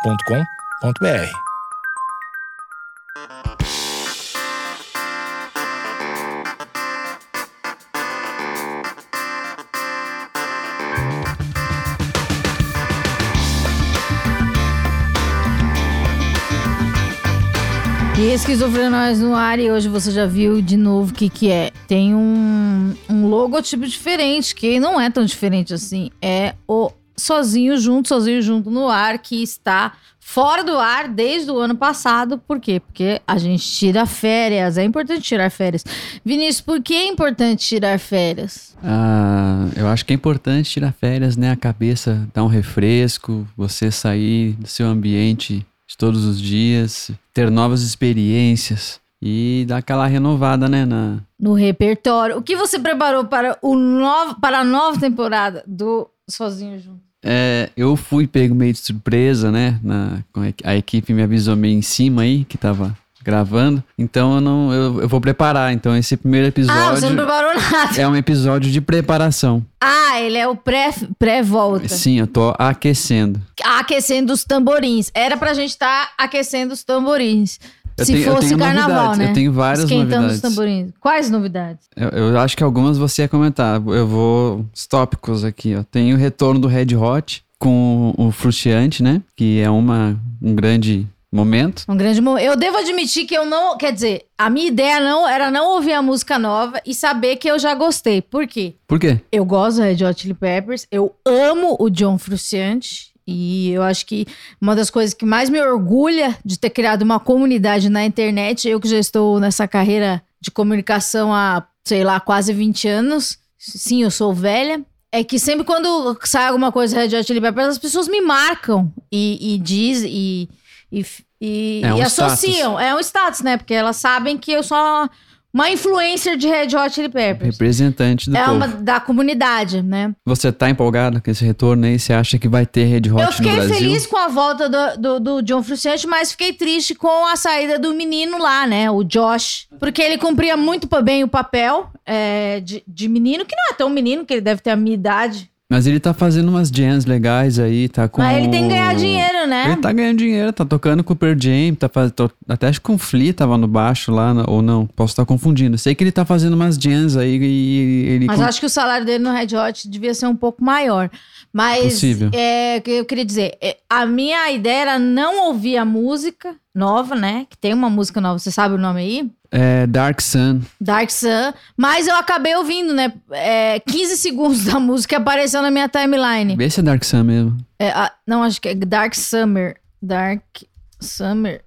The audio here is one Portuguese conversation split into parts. agenciadepodcast.com.br. E esquizofrenóis no ar, e hoje você já viu de novo o que, que é. Tem um, um logotipo diferente, que não é tão diferente assim. É o Sozinho Junto, Sozinho Junto no Ar, que está fora do ar desde o ano passado. Por quê? Porque a gente tira férias. É importante tirar férias. Vinícius, por que é importante tirar férias? Ah, eu acho que é importante tirar férias, né? A cabeça dar um refresco, você sair do seu ambiente de todos os dias, ter novas experiências e dar aquela renovada, né? Na... No repertório. O que você preparou para, o novo, para a nova temporada do Sozinho Junto? É, eu fui pego meio de surpresa, né? Na, com a, a equipe me avisou meio em cima aí que tava gravando. Então eu não, eu, eu vou preparar. Então esse primeiro Ah, você não episódio preparou nada. é um episódio de preparação. Ah, ele é o pré- pré-volta. Sim, eu tô aquecendo. aquecendo os tamborins. Era pra gente estar aquecendo os tamborins. Eu Se tenho- eu fosse tenho carnaval, novidades, né? eu tenho várias Esquentando novidades. os tamborins. Quais novidades? Eu, eu acho que algumas você ia comentar. Eu vou. Os tópicos aqui, ó. Tem o retorno do Red Hot com o Frustiante, né? Que é uma, um grande momento. Um grande momento. Eu devo admitir que eu não. Quer dizer, a minha ideia não era não ouvir a música nova e saber que eu já gostei. Por quê? Por quê? Eu gosto do Red Hot Chili Peppers, eu amo o John Frusciante. E eu acho que uma das coisas que mais me orgulha de ter criado uma comunidade na internet, eu que já estou nessa carreira de comunicação há, sei lá, quase 20 anos. Sim, eu sou velha. É que sempre quando sai alguma coisa do Red Hot Chili Peppers, as pessoas me marcam e, e diz e, e, f- e- É um e associam. É um status, né? Porque elas sabem que eu sou uma, uma influencer de Red Hot Chili Peppers. Representante do É povo. uma da comunidade, né? Você tá empolgado com esse retorno aí? Você acha que vai ter Red Hot eu no fiquei Brasil? feliz com a volta do, do, do John Frusciante, mas fiquei triste com a saída do menino lá, né? O Josh. Porque ele cumpria muito pa- bem o papel é, de, de menino, que não é tão menino, que ele deve ter a minha idade. Mas ele tá fazendo umas jams legais aí, tá com. Mas ele tem que ganhar dinheiro, né? Ele tá ganhando dinheiro, tá tocando com o Pearl Jam, tá faz... tô- até acho que com o Flea tava no baixo lá, na- ou não, posso estar confundindo. Sei que ele tá fazendo umas jams aí e ele... Mas com- eu acho que o salário dele no Red Hot devia ser um pouco maior. Mas Possível. é, o que eu queria dizer, é, a minha ideia era não ouvir a música nova, né? Que tem uma música nova, você sabe o nome aí? É Dark Sun. Dark Sun, mas eu acabei ouvindo, né? É, 15 segundos da música apareceu na minha timeline. Vê se é Dark Sun mesmo. É, a- não, acho que é Dark Summer. Dark Summer.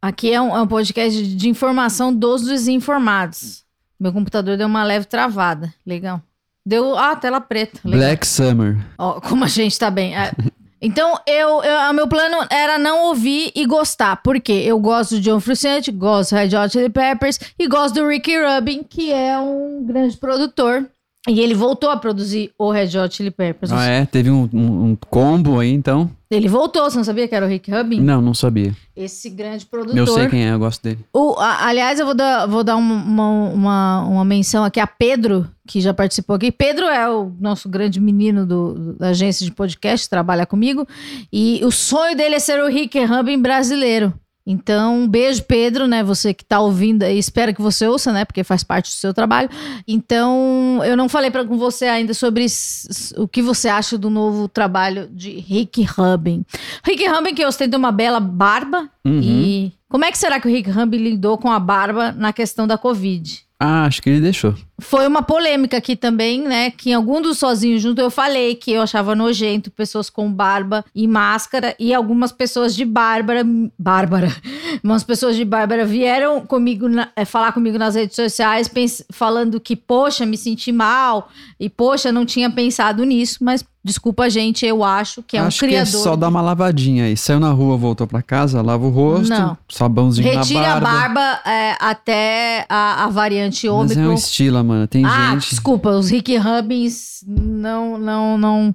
Aqui é um, é um podcast de, de informação dos desinformados. Meu computador deu uma leve travada. Legal. Deu. Ah, tela preta. Legal. Black Summer. Ó, como a gente tá bem. É. Então, eu, eu, o meu plano era não ouvir e gostar. Por quê? Eu gosto de John Frusciante, gosto do Red Hot Chili Peppers e gosto do Ricky Rubin, que é um grande produtor. E ele voltou a produzir o Red Hot Chili Peppers. Ah, é? Teve um, um- um combo aí, então? Ele voltou, você não sabia que era o Rick Rubin? Não, não sabia. Esse grande Eu sei produtor. quem é, eu gosto dele. O- a- aliás, eu vou dar, vou dar um- uma, uma, uma menção aqui a Pedro, que já participou aqui. Pedro é o nosso grande menino do- da agência de podcast, trabalha comigo. E o sonho dele é ser o Rick Rubin brasileiro. Então, um beijo, Pedro, né? Você que tá ouvindo aí, espero que você ouça, né? Porque faz parte do seu trabalho. Então, eu não falei pra, com você ainda sobre s- s- o que você acha do novo trabalho de Rick Rubin. Rick Rubin, que ostenta uma bela barba, Uhum. e como é que será que o Rick Rubin lidou com a barba na questão da Covid? Ah, acho que ele deixou. Foi uma polêmica aqui também, né? Que em algum dos sozinhos junto eu falei que eu achava nojento pessoas com barba e máscara e algumas pessoas de Bárbara. Bárbara. Umas pessoas de Bárbara vieram comigo na- eh, falar comigo nas redes sociais pens- falando que, poxa, me senti mal e, poxa, não tinha pensado nisso, mas desculpa, gente, eu acho que é acho um que é criador. só dar uma lavadinha aí. Saiu na rua, voltou pra casa, lava o rosto, Não. sabãozinho Retire na a barba. barba é, até a, a variante Mas Ômicron. é um estilo, mano. Tem ah, gente... desculpa, os Rick Rubins não, não, não.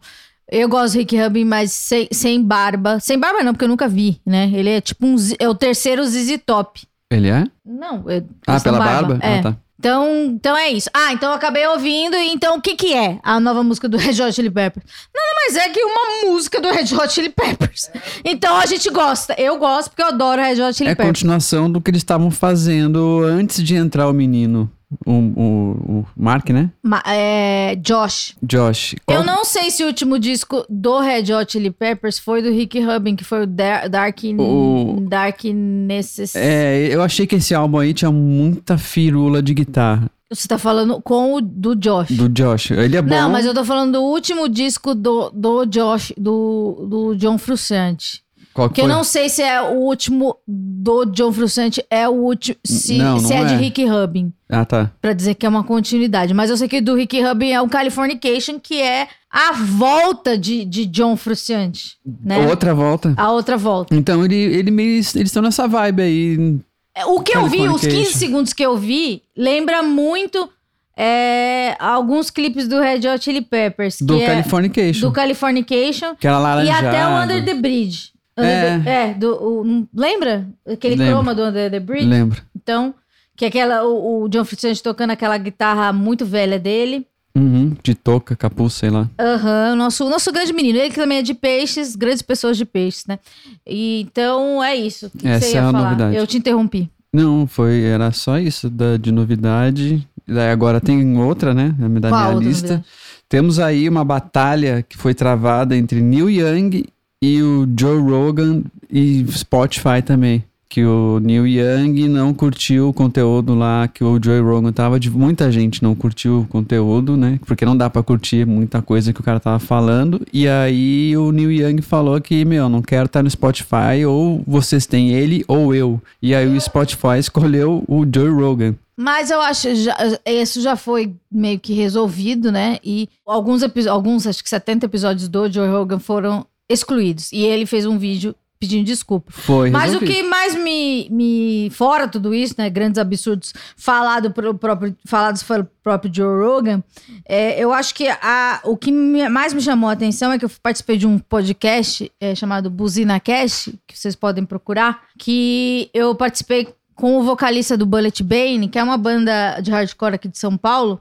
Eu gosto do Rick Rubin, mas sem, sem barba. Sem barba não, porque eu nunca vi, né? Ele é tipo um. Z- É o terceiro ZZ Top. Ele é? Não, é. Ah, sem pela barba? É. Ah, tá. Então, então é isso. Ah, então eu acabei ouvindo. e Então o que que é a nova música do Red Hot Chili Peppers? Nada mais é que uma música do Red Hot Chili Peppers. Então a gente gosta. Eu gosto porque eu adoro Red Hot Chili É Peppers. continuação do que eles estavam fazendo antes de entrar o menino, o, o, o Mark, né? Ma- é, Josh. Josh. Eu não sei se o último disco do Red Hot Chili Peppers foi do Rick Rubin, que foi o Dar- Dark, O- Dark Necess... É, eu achei que esse álbum aí tinha muita firula de guitarra Você tá falando com o do Josh. do Josh. Ele é bom. Não, mas eu tô falando do último disco do, do Josh, do, do John Frusciante. Qual Que eu foi? não sei se é o último do John Frusciante, é o último. Se, Não, se não é, de é. Rick Rubin. Ah, tá. Pra dizer que é uma continuidade. Mas eu sei que do Rick Rubin é o Californication, que é a volta de, de John Frusciante. Né? Outra volta. A outra volta. Então ele, ele meio, eles estão nessa vibe aí. É, O que eu vi, os Californication. 15 segundos que eu vi, lembra muito é, alguns clipes do Red Hot Chili Peppers. Que Do é, Californication. do Californication. Aquela E laranjada. até o Under the Bridge. Under É. the- é, do, o- não- lembra? Aquele Lembro. croma do Under the Bridge? Lembro. Então, que aquela, o, o John Frusciante tocando aquela guitarra muito velha dele. Uhum, de touca, capuz, sei lá. Aham, nosso, nosso grande menino. Ele que também é de peixes, grandes pessoas de peixes, né? E, então, é isso. O que que Essa você ia é a falar? novidade. Eu te interrompi. Não, foi, era só isso da, de novidade. Daí agora tem outra, né? Da minha Qual outra lista. novidade? Temos aí uma batalha que foi travada entre Neil Young e o Joe Rogan e Spotify também. Que o Neil Young não curtiu o conteúdo lá, que o Joe Rogan tava. De, muita gente não curtiu o conteúdo, né? Porque não dá pra curtir muita coisa que o cara tava falando. E aí o Neil Young falou que, meu, não quero estar no Spotify, ou vocês têm ele ou eu. E aí o Spotify escolheu o Joe Rogan. Mas eu acho, já, isso já foi meio que resolvido, né? E alguns, epi- alguns, acho que 70 episódios do Joe Rogan foram excluídos. E ele fez um vídeo pedindo desculpa. Foi. Mas o resolvido. que mais me, me fora tudo isso, né? Grandes absurdos falado pelo próprio, falados pelo próprio Joe Rogan. é, eu acho que a, o que me- mais me chamou a atenção é que eu participei de um podcast é, chamado Buzina Cash, que vocês podem procurar, que eu participei com o vocalista do Bullet Bane, que é uma banda de hardcore aqui de São Paulo.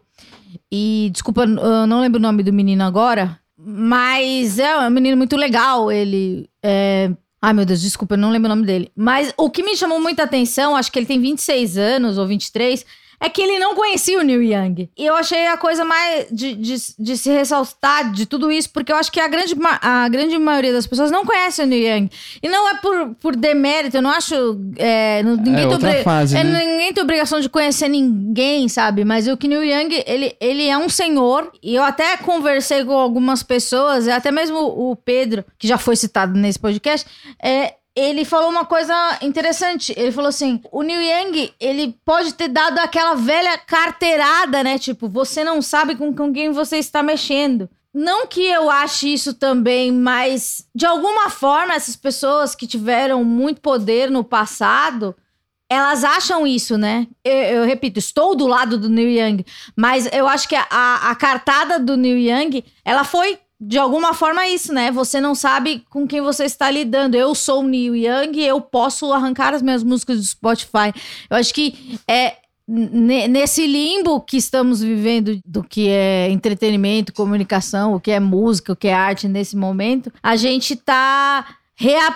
E desculpa, eu não lembro o nome do menino agora, mas é um menino muito legal. Ele é. Ai, meu Deus, desculpa, eu não lembro o nome dele. Mas o que me chamou muita atenção, acho que ele tem 26 anos ou 23, é que ele não conhecia o Neil Young. E eu achei a coisa mais de, de, de se ressaltar de tudo isso, porque eu acho que a grande, ma- a grande maioria das pessoas não conhece o Neil Young. E não é por, por demérito, eu não acho. é, não- ninguém É tem outra obri- fase, é, né? ninguém tem obrigação de conhecer ninguém, sabe? Mas o Neil Young, ele, ele é um senhor. E eu até conversei com algumas pessoas, até mesmo o Pedro, que já foi citado nesse podcast, é, ele falou uma coisa interessante. Ele falou assim: o Neil Young, ele pode ter dado aquela velha carteirada, né? Tipo, você não sabe com, com quem você está mexendo. Não que eu ache isso também, mas de alguma forma essas pessoas que tiveram muito poder no passado, elas acham isso, né? Eu, eu repito, estou do lado do Neil Young, mas eu acho que a, a cartada do Neil Young, ela foi de alguma forma isso, né? Você não sabe com quem você está lidando. Eu sou o Neil Young, eu posso arrancar as minhas músicas do Spotify. Eu acho que é ne- nesse limbo que estamos vivendo do que é entretenimento, comunicação, o que é música, o que é arte nesse momento, a gente tá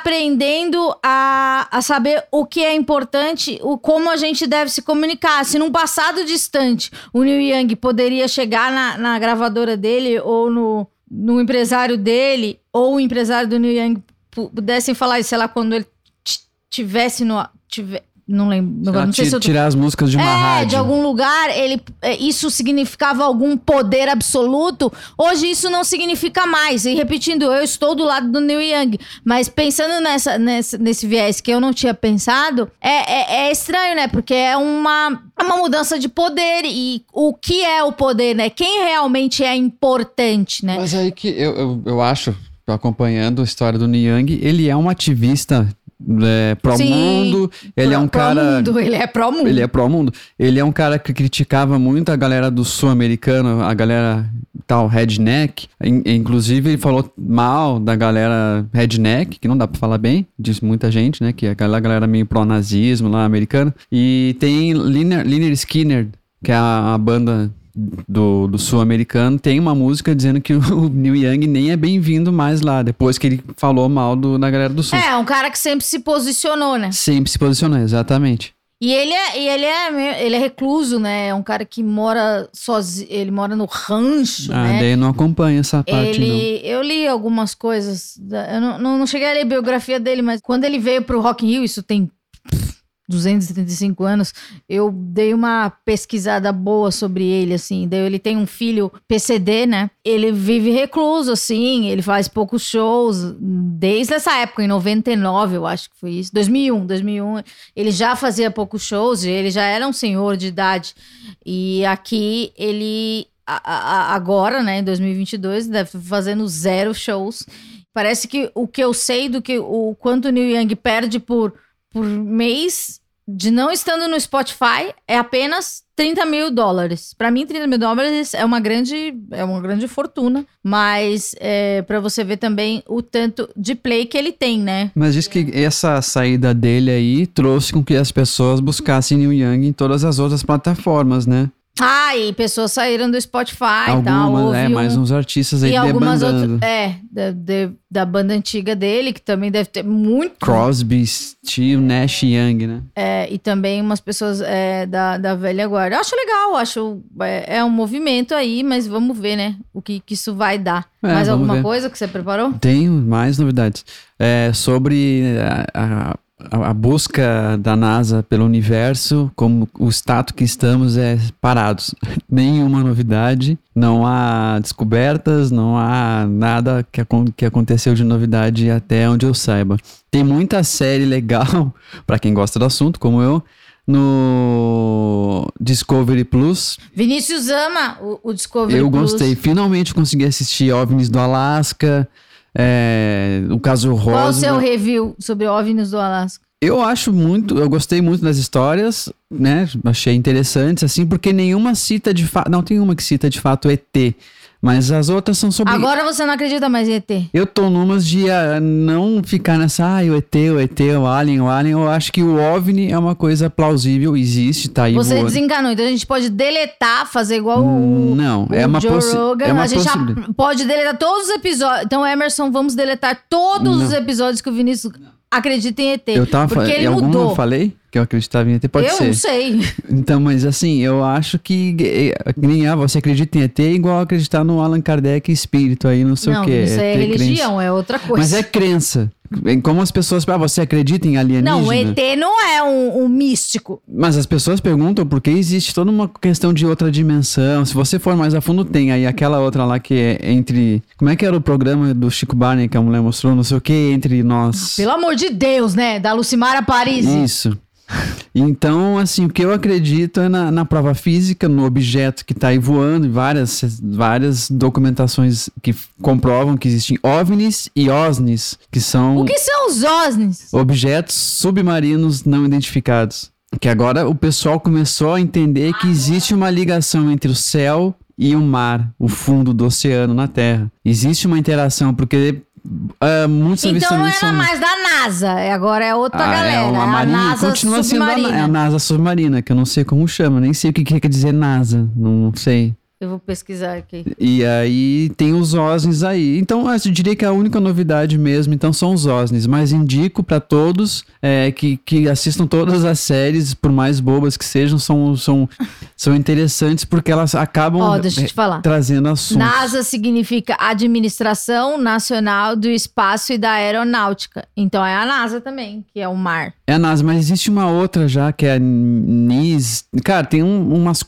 reaprendendo a, a saber o que é importante, o como a gente deve se comunicar. Se num passado distante o Neil Young poderia chegar na, na gravadora dele ou no, no empresário dele ou o empresário do Neil Young pu- pudessem falar, sei lá, quando ele t- tivesse no... Tive, não lembro, Sei lá, agora, não sei ti- se eu tô Tirar as músicas de uma é, rádio. de algum lugar, ele, é, isso significava algum poder absoluto. Hoje isso não significa mais. E repetindo, eu estou do lado do Neil Young. Mas pensando nessa, nessa- nesse viés que eu não tinha pensado, é, é- é estranho, né? Porque é uma, é uma mudança de poder. E o que é o poder, né? Quem realmente é importante, né? Mas é aí que eu, eu, eu acho, acompanhando a história do Niang, ele é um ativista Sim. é, pró-mundo, ele é um Pró- cara. pró-mundo, ele é pró-mundo. Ele é pró-mundo. Ele é um cara que criticava muito a galera do sul-americano, a galera tal redneck. In- Inclusive, ele falou mal da galera redneck, que não dá pra falar bem, diz muita gente, né? Que é aquela galera meio pró-nazismo lá americana. E tem Liner, Liner Skinner, que é a, a banda do, do sul-americano, tem uma música dizendo que o Neil Young nem é bem-vindo mais lá, depois que ele falou mal do, da galera do sul. É, um cara que sempre se posicionou, né? Sempre se posicionou, exatamente. E ele é, e ele é, meio- ele é recluso, né? É um cara que mora sozinho, ele mora no rancho, Ah, né? daí eu não acompanho essa parte, não. Ele, eu li algumas coisas, da- eu não, não, não cheguei a ler a biografia dele, mas quando ele veio pro Rock in Rio, isso tem pff, 275 anos, eu dei uma pesquisada boa sobre ele, assim, daí ele tem um filho PCD, né, ele vive recluso, assim, ele faz poucos shows, desde essa época, em 99, eu acho que foi isso, 2001, 2001, ele já fazia poucos shows, ele já era um senhor de idade, e aqui ele a- a- a- agora, né, em 2022, deve estar fazendo zero shows. Parece que o que eu sei do que o quanto o Neil Young perde por, por mês de não estando no Spotify é apenas 30 mil dólares. Para mim, 30 mil dólares é uma grande, é uma grande fortuna, mas é, para você ver também o tanto de play que ele tem, né? Mas diz que essa saída dele aí trouxe com que as pessoas buscassem Neil Young em todas as outras plataformas, né? Ah, e pessoas saíram do Spotify e tal. Algumas, houve é, um- mais uns artistas aí e algumas debandando. outras. É, da, de- da banda antiga dele, que também deve ter muito. Crosby, Steve, Nash e Young, né? É, e também umas pessoas é, da, da velha guarda. Eu acho legal, acho. É, é um movimento aí, mas vamos ver, né? O que, que isso vai dar. É, Mais vamos alguma ver. coisa que você preparou? Tenho mais novidades. É, sobre a, a- a busca da NASA pelo universo, como o status que estamos é parados. Nenhuma novidade, não há descobertas, não há nada que, acon- que aconteceu de novidade até onde eu saiba. Tem muita série legal, para quem gosta do assunto, como eu, no Discovery Plus. Vinícius ama o, o Discovery Eu Plus. gostei. Finalmente consegui assistir OVNIs do Alasca, é, o caso Rosa. Qual o seu review sobre OVNIs do Alasca? Eu acho muito, eu gostei muito das histórias, né? Achei interessantes, assim, porque nenhuma cita de fato. Não, tem uma que cita de fato ET, mas as outras são sobre. Agora você não acredita mais em ET. Eu tô numas de ah, não ficar nessa, ah, o ET, o ET, o Alien, o Alien. Eu acho que o OVNI é uma coisa plausível, existe, tá aí Você voando. desenganou, então a gente pode deletar, fazer igual o. Não, o é uma, Joe possi- Rogan, é uma a gente já possibilidade. pode deletar todos os episódios. Então, Emerson, vamos deletar todos Não. os episódios que o Vinícius acredita em ET. Eu tava porque falando, ele em alguma mudou. eu falei que eu acreditava em ET, pode eu ser. não sei. Então, mas assim, eu acho que eh, que nem ah, você acredita em ET é igual acreditar no Allan Kardec espírito aí, não sei não, o quê. isso é ET religião, crença. é outra coisa. Mas é crença. Em Como as pessoas. Ah, você acredita em alienígena? não, o ET não é um, um místico. Mas as pessoas perguntam porque existe toda uma questão de outra dimensão. Se você for mais a fundo, tem aí aquela outra lá que é entre. Como é que era o programa do Chico Barney que a mulher mostrou? Não sei o quê, entre nós. Pelo amor de Deus, né? Da Lucimara Paris. Isso. Então, assim, o que eu acredito é na, na prova física, no objeto que está aí voando, e várias, várias documentações que f- comprovam que existem OVNIs e OSNIs, que O são que são os OSNIs? objetos submarinos não identificados. Que agora o pessoal começou a entender Ah, é? que existe uma ligação entre o céu e o mar, o fundo do oceano na Terra. Existe uma interação, porque ah, muitos Então não avistamentos era são- mais da NASA, é- agora é outra ah, galera. é uma a marinha- NASA continua submarina. sendo a, é a NASA submarina, que eu não sei como chama, nem sei o que, que quer dizer NASA, não sei. Eu vou pesquisar aqui. E aí tem os OSNIs aí. Então eu diria que a única novidade mesmo, então são os OSNIs, mas indico pra todos é, que, que assistam todas as séries, por mais bobas que sejam, são, são, são interessantes porque elas acabam Ó, deixa eu eh, te falar. trazendo assuntos. NASA significa Administração Nacional do Espaço e da Aeronáutica. Então é a NASA também, que é o mar. É a NASA, mas existe uma outra já que é a NIS. Cara, tem um- umas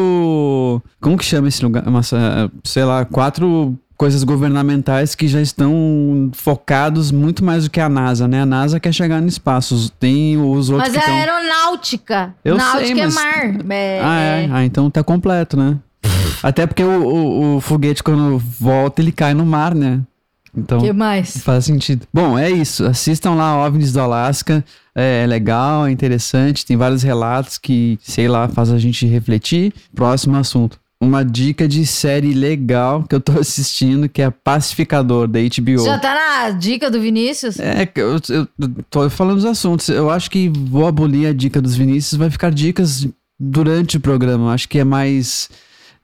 quatro. Como que chama esse lugar? Umas, ah, sei lá, quatro coisas governamentais que já estão focados muito mais do que a NASA, né? A NASA quer chegar no espaço. Tem os outros Mas que é estão. aeronáutica. então. Eu sei, Náutica mas- é mar. É- Ah, é. Ah, então tá completo, né? Até porque o, o- o foguete, quando volta, ele cai no mar, né? Então. que mais? Faz sentido. Bom, é isso. Assistam lá OVNIs do Alasca. É, é legal, é interessante. Tem vários relatos que, sei lá, faz a gente refletir. Próximo assunto. Uma dica de série legal que eu tô assistindo, que é Pacificador, da HBO. Já tá na dica do Vinícius? É, que eu, eu tô falando os assuntos. Eu acho que vou abolir a dica dos Vinícius. Vai ficar dicas durante o programa. Acho que é mais,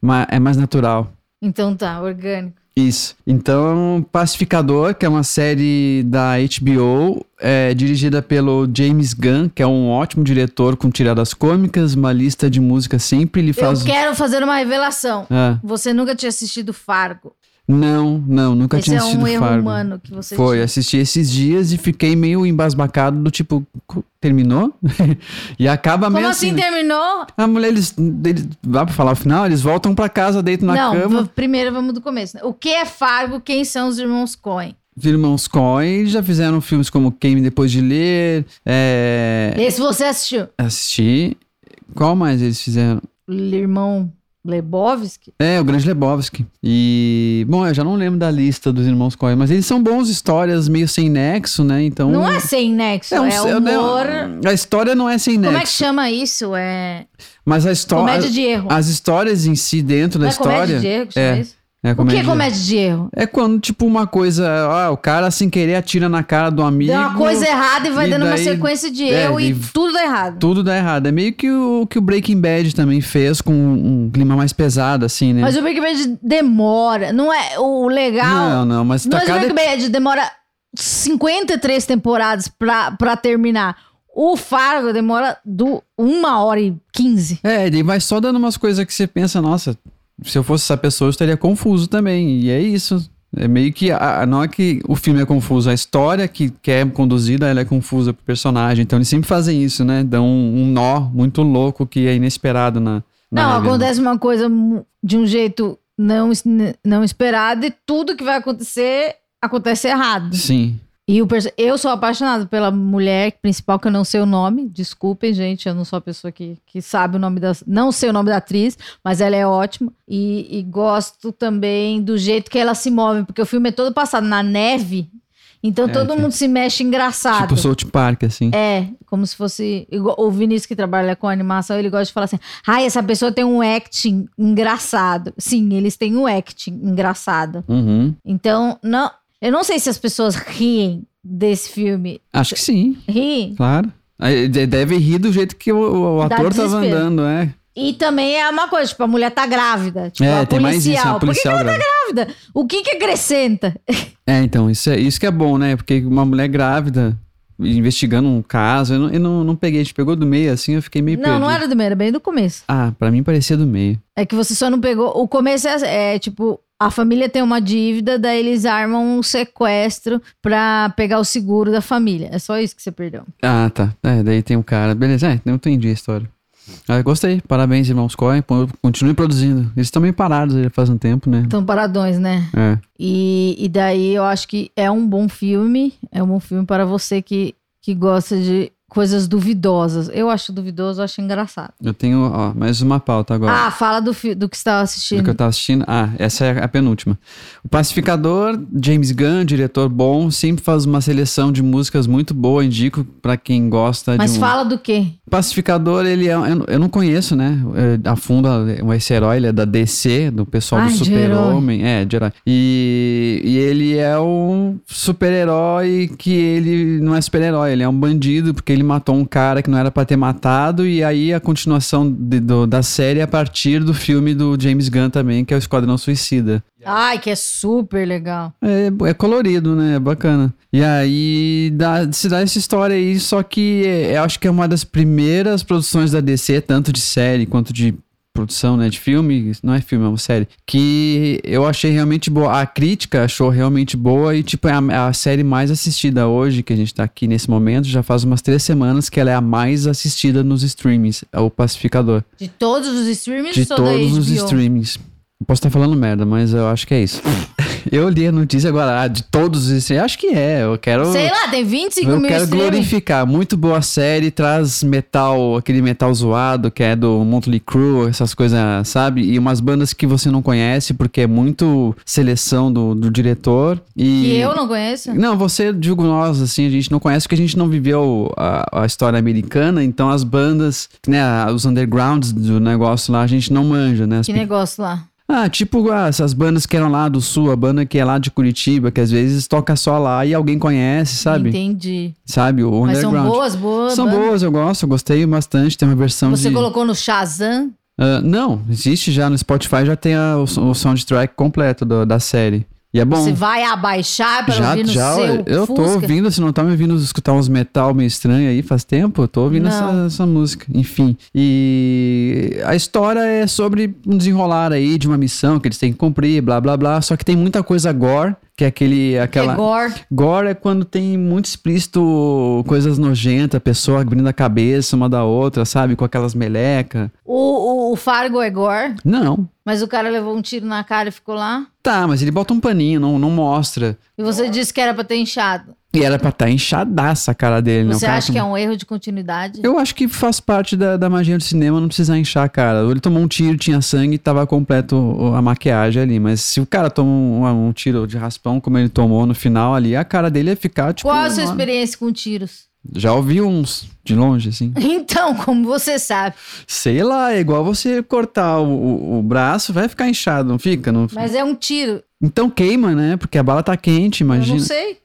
ma- é mais natural. Então tá, orgânico. Isso. Então, Pacificador, que é uma série da HBO, é dirigida pelo James Gunn, que é um ótimo diretor com tiradas cômicas, uma lista de música sempre. Ele faz. um- Eu quero fazer uma revelação. Ah, Você nunca tinha assistido Fargo. não, não, nunca Esse tinha é assistido um erro Fargo. humano que você Foi, é tinha. assisti esses dias e fiquei meio embasbacado do tipo, "Co- terminou? e acaba Como meio assim assim. terminou? A mulher, eles, eles. Vai pra falar o final? Eles voltam pra casa, deitam na Não, cama. v- primeiro vamos do começo. O que é Fargo? Quem são os irmãos Coen? Os irmãos Coen já fizeram filmes como Queime Depois de Ler, é, Esse você assistiu? assisti. Qual mais eles fizeram? O irmão Lebowski? É, o Grande Lebowski. E, bom, eu já não lembro da lista dos irmãos Coen, mas eles são bons histórias, meio sem nexo, né? Então. Não é sem nexo, é, um- humor. a história não é sem Como é que nexo, chama isso? É mas a história, comédia de erro. as histórias em si dentro Não da é comédia história de erro? que chama é, isso? é O que é de- comédia de erro? É quando tipo uma coisa, ah, o cara sem querer atira na cara do amigo. Deu uma Então, coisa é- errada e vai e dando uma daí- sequência de é, erro e e- tudo dá errado. Tudo dá errado. É meio que o que o Breaking Bad também fez com um clima mais pesado, assim, né? Mas o Breaking Bad demora. Não é o legal. Não, não, mas tá Mas o cada... Breaking Bad demora 53 temporadas pra, pra terminar. O Fargo demora do 1 hora e 15. É, ele vai só dando umas coisas que você pensa, nossa, se eu fosse essa pessoa eu estaria confuso também. E é isso. É meio que, a, a- não é que o filme é confuso, a história que, que é conduzida, ela é confusa pro personagem. Então eles sempre fazem isso, né? Dão um, um nó muito louco que é inesperado na... na Não, regra. acontece uma coisa mu- de um jeito não, es- não esperado e tudo que vai acontecer acontece errado. Sim. Tipo E o perso- eu sou apaixonada pela mulher principal, que eu não sei o nome. Desculpem, gente, eu não sou a pessoa que, que sabe o nome da. Não sei o nome da atriz, mas ela é ótima. E, e gosto também do jeito que ela se move, porque o filme é todo passado na neve. Então É, todo tipo- mundo se mexe engraçado. Tipo South Park, assim. É, como se fosse. igual- O Vinícius que trabalha com animação, ele gosta de falar assim: ai, essa pessoa tem um acting engraçado. Sim, eles têm um acting engraçado. Uhum. Então, não, eu não sei se as pessoas riem desse filme. Acho que sim, Riem. claro. Aí de- Deve rir do jeito que o, o Dá ator tava desespero. andando, é. E também é uma coisa, tipo, a mulher tá grávida. Tipo, é, a tem policial. mais isso, é uma Por que que policial grávida. ela tá grávida? O que que acrescenta? É, então, isso, é, isso que é bom, né? Porque uma mulher grávida investigando um caso, eu não, eu não, não peguei, a gente pegou do meio assim, eu fiquei meio não, perdido. não era do meio, era bem do começo. Ah, pra mim parecia do meio. É que você só não pegou. O começo é, é, tipo. A família tem uma dívida, daí eles armam um sequestro pra pegar o seguro da família. É só isso que você perdeu. Ah, tá. É, daí tem um cara. Beleza, é, não entendi a história. Ah, eu gostei. Parabéns, irmãos Coen. Pô, Continue produzindo. Eles estão meio parados aí faz um tempo, né? Então, paradões, né? É. E, e daí eu acho que é um bom filme. É um bom filme para você que, que gosta de coisas duvidosas. Eu acho duvidoso, eu acho engraçado. Eu tenho, ó, mais uma pauta agora. Ah, fala do, fi- do que você estava do que eu assistindo. tava assistindo. Ah, essa é a penúltima. O Pacificador, James Gunn, diretor bom, sempre faz uma seleção de músicas muito boa, indico pra quem gosta Mas de um... fala do quê? Pacificador, ele é... Eu, eu não conheço, né? É, A fundo, esse herói, ele é da DC, do pessoal Ai, do de Super-Homem. É, de herói. E, e ele é um super-herói que ele não é super-herói, ele é um bandido, porque ele matou um cara que não era pra ter matado, e aí a continuação de- do- da série é a partir do filme do James Gunn também, que é o Esquadrão Suicida. Ai, que é super legal. É, é colorido, né? É bacana. E aí dá- se dá essa história aí, só que é, eu acho que é uma das primeiras produções da DC, tanto de série quanto de produção, né? De filme. Não é filme, é uma série. Que eu achei realmente boa. A crítica achou realmente boa e, tipo, é a, a série mais assistida hoje, que a gente tá aqui nesse momento, já faz umas três semanas que ela é a mais assistida nos streamings, é o Pacificador. De todos os streamers De ou da todos os HBO? streamings. Posso estar falando merda, mas eu acho que é isso. eu li a notícia agora, ah, de todos os streamings. Acho que é, eu quero. Sei lá, tem 25 eu mil quero streamers. glorificar. Muito boa série, traz metal, aquele metal zoado que é do Motley Crue, essas coisas, sabe? E umas bandas que você não conhece, porque é muito seleção do, do diretor. E Que eu não conheço. não, você, digo nós, assim, a gente não conhece porque a gente não viveu a, a história americana, então as bandas, né, os undergrounds do negócio lá, a gente não manja, né? As Que pe- negócio lá. Ah, tipo ah, essas bandas que eram lá do sul, a banda que é lá de Curitiba, que às vezes toca só lá e alguém conhece, sabe? Entendi. Sabe? O Mas são underground. boas, boas. São bandas. boas, eu gosto, eu gostei bastante. Tem uma versão Você de. colocou no Shazam? Ah, não, existe já no Spotify, já tem a- o, o soundtrack completo do- da série. E é bom. Você vai abaixar pra já, ouvir no já, tá seu eu tô Fusca? É ouvindo, se não tá me ouvindo escutar uns metal meio estranho aí faz tempo, eu tô ouvindo essa, Não. essa música, enfim. E a história é sobre um desenrolar aí de uma missão que eles têm que cumprir, blá blá blá, só que tem muita coisa gore, que é aquele, aquela... É gore. Gore é quando tem muito explícito coisas nojentas, pessoa abrindo a cabeça uma da outra, sabe? Com aquelas melecas. O, o, o Fargo é gore, Não. mas o cara levou um tiro na cara e ficou lá. Tá, mas ele bota um paninho, não, não mostra. E você disse que era pra ter inchado. E era pra estar tá enxadaça a cara dele, né? O você cara acha que tomou- é um erro de continuidade? Eu acho que faz parte da, da magia do cinema não precisar inchar a cara. Ele tomou um tiro, tinha sangue, tava completo o- a maquiagem ali. Mas se o cara toma um, um tiro de raspão, como ele tomou no final ali, a cara dele ia ficar tipo. Qual a sua uma- experiência com tiros? Já ouvi uns de longe, assim. Então, como você sabe. Sei lá, é igual você cortar o, o- o braço, vai ficar inchado, não fica? Não... Mas é um tiro. Então queima, né? Porque a bala tá quente, Eu imagina. não sei.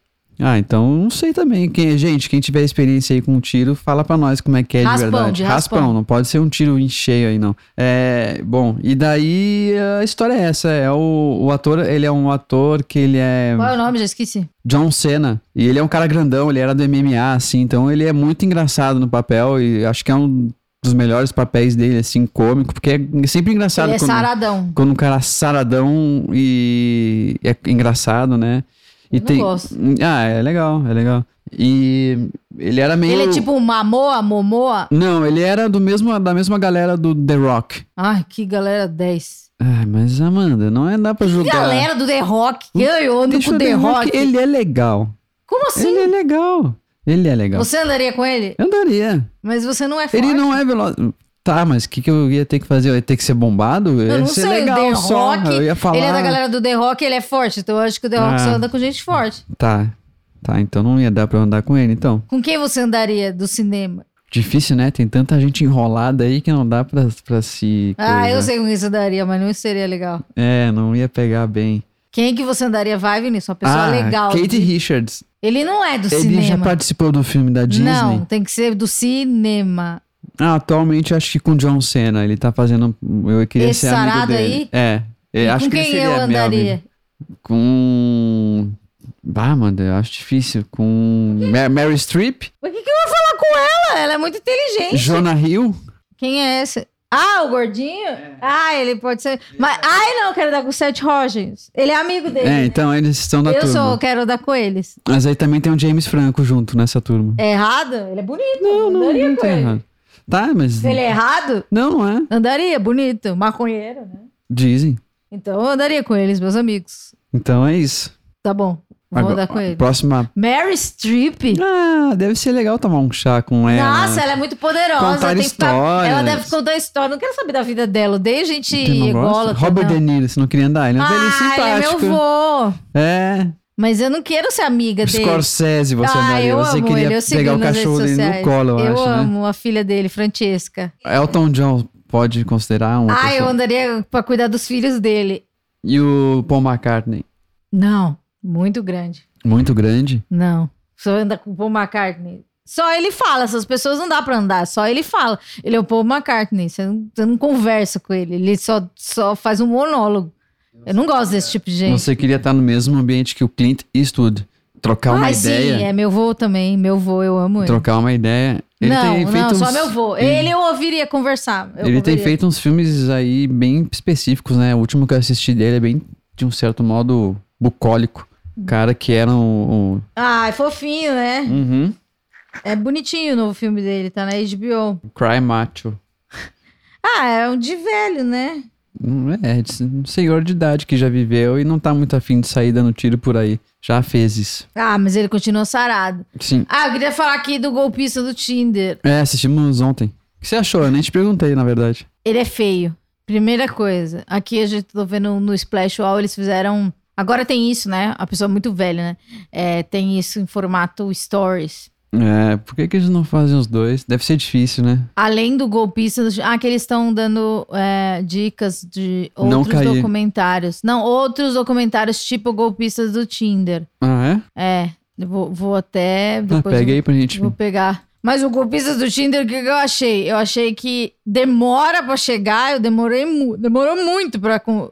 Ah, então não sei também. Quem, gente, quem tiver experiência aí com um tiro, fala pra nós como é que é Raspão, de verdade. de raspão. não pode ser um tiro em cheio aí, não. É, bom, e daí a história é essa. É o, o ator, ele é um ator que ele é Qual é o nome? Já esqueci. John Cena. E ele é um cara grandão, ele era do MMA, assim, então ele é muito engraçado no papel e acho que é um dos melhores papéis dele, assim, cômico, porque é sempre engraçado Ele é quando, saradão. quando um cara é saradão e é engraçado, né? E Eu não gosto. Ah, é legal, é legal. E ele era meio. Ele é tipo um Mamoa, Momoa. Não, ele era do mesmo, da mesma galera do The Rock. Ai, que galera 10. Ai, mas Amanda, não é dá pra Que julgar. galera do The Rock. que Eu ando Hum, Deixa com o o The Rock. Ele é legal. Como assim? Ele é legal. Ele é legal. Você andaria com ele? Eu andaria. Mas você não é forte. Ele não é veloz. Tá, mas o que, que eu ia ter que fazer? Eu ia ter que ser bombado? Eu ia Eu não ser sei, legal o The só. Rock, eu ia falar. ele é da galera do The Rock, ele é forte, então eu acho que o The Rock Ah. só anda com gente forte. Tá. Tá, então não ia dar pra eu andar com ele, então. Com quem você andaria do cinema? Difícil, né? Tem tanta gente enrolada aí que não dá pra, pra se. Ah, coisa. eu sei com quem você andaria, mas não seria legal. É, não ia pegar bem. Quem que você andaria? Vai, Vinícius, uma pessoa ah, legal. assim. Kate Richards. Ele não é do Ele cinema. já participou do filme da Disney. Não, tem que ser do cinema. Ah, atualmente acho que com John Cena. Ele tá fazendo. Eu queria Esse ser amigo sarado dele. aí? É. Eu E acho com que ele quem seria eu meu amigo. andaria? Com. Ah, mano, eu acho difícil. Com Ma- Mary Streep, Por que, que eu vou falar com ela? Ela é muito inteligente. Jonah Hill. Quem é esse? Ah, o gordinho? Ah, ele pode ser. Mas, ai, não, eu quero dar com o Seth Rogens. Ele é amigo dele. É, né? então eles estão da eu turma. sou, eu quero dar com eles. Mas aí também tem o James Franco junto nessa turma. É errado? Ele é bonito. Não, não, andaria não com tem ele. errado. Tá, mas. Se ele é errado, Não, não é. andaria, bonito. Maconheiro, né? Dizem. Então eu andaria com eles, meus amigos. Então é isso. Tá bom, vou Agora- andar com ele. Próxima. Mary Streep? Ah, deve ser legal tomar um chá com ela. Nossa, ela é muito poderosa. Contar ela tem que ficar- histórias. Ela deve contar história. Não quero saber da vida dela. Odeio gente Tu não gosta? ególa. Robert De Niro, se não queria andar. Ele é um velhinho é Ah, ele é meu simpático. vô. é. Mas eu não quero ser amiga dele. Scorsese, você ah, andaria. eu Você amo queria ele. Eu sigo pegar o nas redes cachorro dele no sociais. colo, eu, acho, né? amo a filha dele, Francesca. Elton John pode considerar um. ah, eu andaria pra cuidar dos filhos dele. E o Paul McCartney, Não, muito grande. muito grande. Não. Só anda com o Paul McCartney. Só ele fala, essas pessoas não dá pra andar, só ele fala. Ele é o Paul McCartney, você não, você não conversa com ele, ele só, só faz um monólogo. Eu não gosto desse tipo de gente. Você queria estar no mesmo ambiente que o Clint Eastwood, trocar uma ah, ideia, sim, é meu vô também, meu vô, eu amo ele. trocar uma ideia. Ele não, tem feito não, só uns- meu vô. Ele eu ouviria conversar. eu Ele tem ouviria. feito uns filmes aí bem específicos, né? O último que eu assisti dele é bem, de um certo modo, bucólico. Hum. Cara que era um. um- Ah, é fofinho, né? Uhum. É bonitinho o novo filme dele, tá na HBO. Cry Macho. Ah, é um de velho, né? Hum, É, de- um senhor de idade que já viveu e não tá muito afim de sair dando tiro por aí. Já fez isso. Ah, mas ele continua sarado. Sim. Ah, eu queria falar aqui do golpista do Tinder. É, assistimos ontem. O que você achou? Eu nem te perguntei, na verdade. Ele é feio. Primeira coisa. Aqui a gente tô vendo no Splash Wall, eles fizeram. um- Agora tem isso, né? A pessoa é muito velha, né? É, tem isso em formato stories. É, por que, que eles não fazem os dois? Deve ser difícil, né? Além do golpista, do- ah, que eles estão dando é, dicas de Não outros cair. documentários. Não, outros documentários tipo golpistas do Tinder. Ah, é? É, eu vou, vou até. Ah, Depois pega eu- aí pra gente. Vou pegar. Mas o golpista do Tinder, o que, que eu achei? Eu achei que demora pra chegar, eu demorei mu demorou muito pra, com-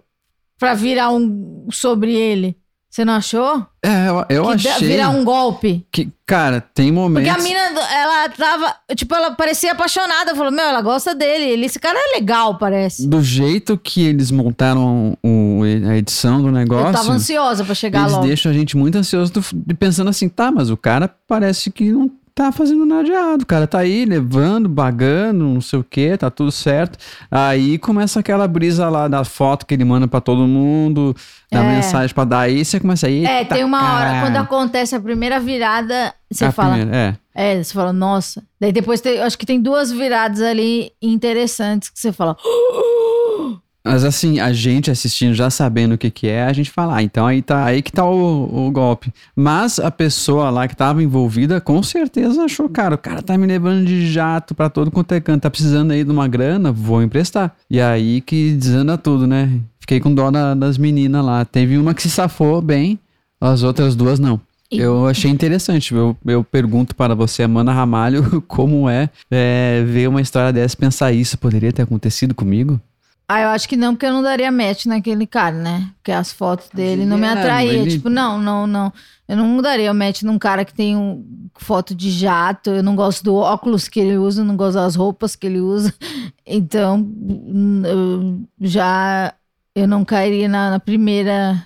pra virar um sobre ele. Você não achou? É, eu, eu que da- achei virar um golpe. que, cara, tem Porque momentos... a mina, do- ela tava. Tipo, ela parecia apaixonada. Falou, meu, ela gosta dele. Ele, esse cara é legal, parece. Do jeito que eles montaram o- a edição do negócio... Eu tava ansiosa pra chegar Eles logo. deixam a gente muito ansioso do- de pensando assim, tá, mas o cara parece que não tá fazendo nada de errado. O cara tá aí levando, bagando, não sei o que, tá tudo certo. Aí começa aquela brisa lá da foto que ele manda pra todo mundo, da É. mensagem pra dar. Aí você começa aí. É, tem uma hora, quando acontece a primeira virada, você fala, é. É, você fala, nossa. Daí depois tem, eu acho que tem duas viradas ali interessantes que você fala. Mas assim, a gente assistindo, já sabendo o que que é, a gente fala, ah, então aí, tá, aí que tá o, o golpe. Mas a pessoa lá que tava envolvida, com certeza achou, cara, o cara tá me levando de jato pra todo quanto é canto, tá precisando aí de uma grana, vou emprestar. E aí que desanda tudo, né? Fiquei com dó da- das meninas lá. Teve uma que se safou bem, as outras duas não. E- Eu achei interessante. Eu, eu pergunto para você, Amanda Ramalho, como é, é ver uma história dessa e pensar isso poderia ter acontecido comigo? Ah, eu acho que não, porque eu não daria match naquele cara, né? Porque as fotos dele não me Não, atraíam. ele- Tipo, não, não, não. Eu não daria match num cara que tem um, foto de jato. Eu não gosto do óculos que ele usa, eu não gosto das roupas que ele usa. Então, hum, eu já eu não cairia na- na primeira.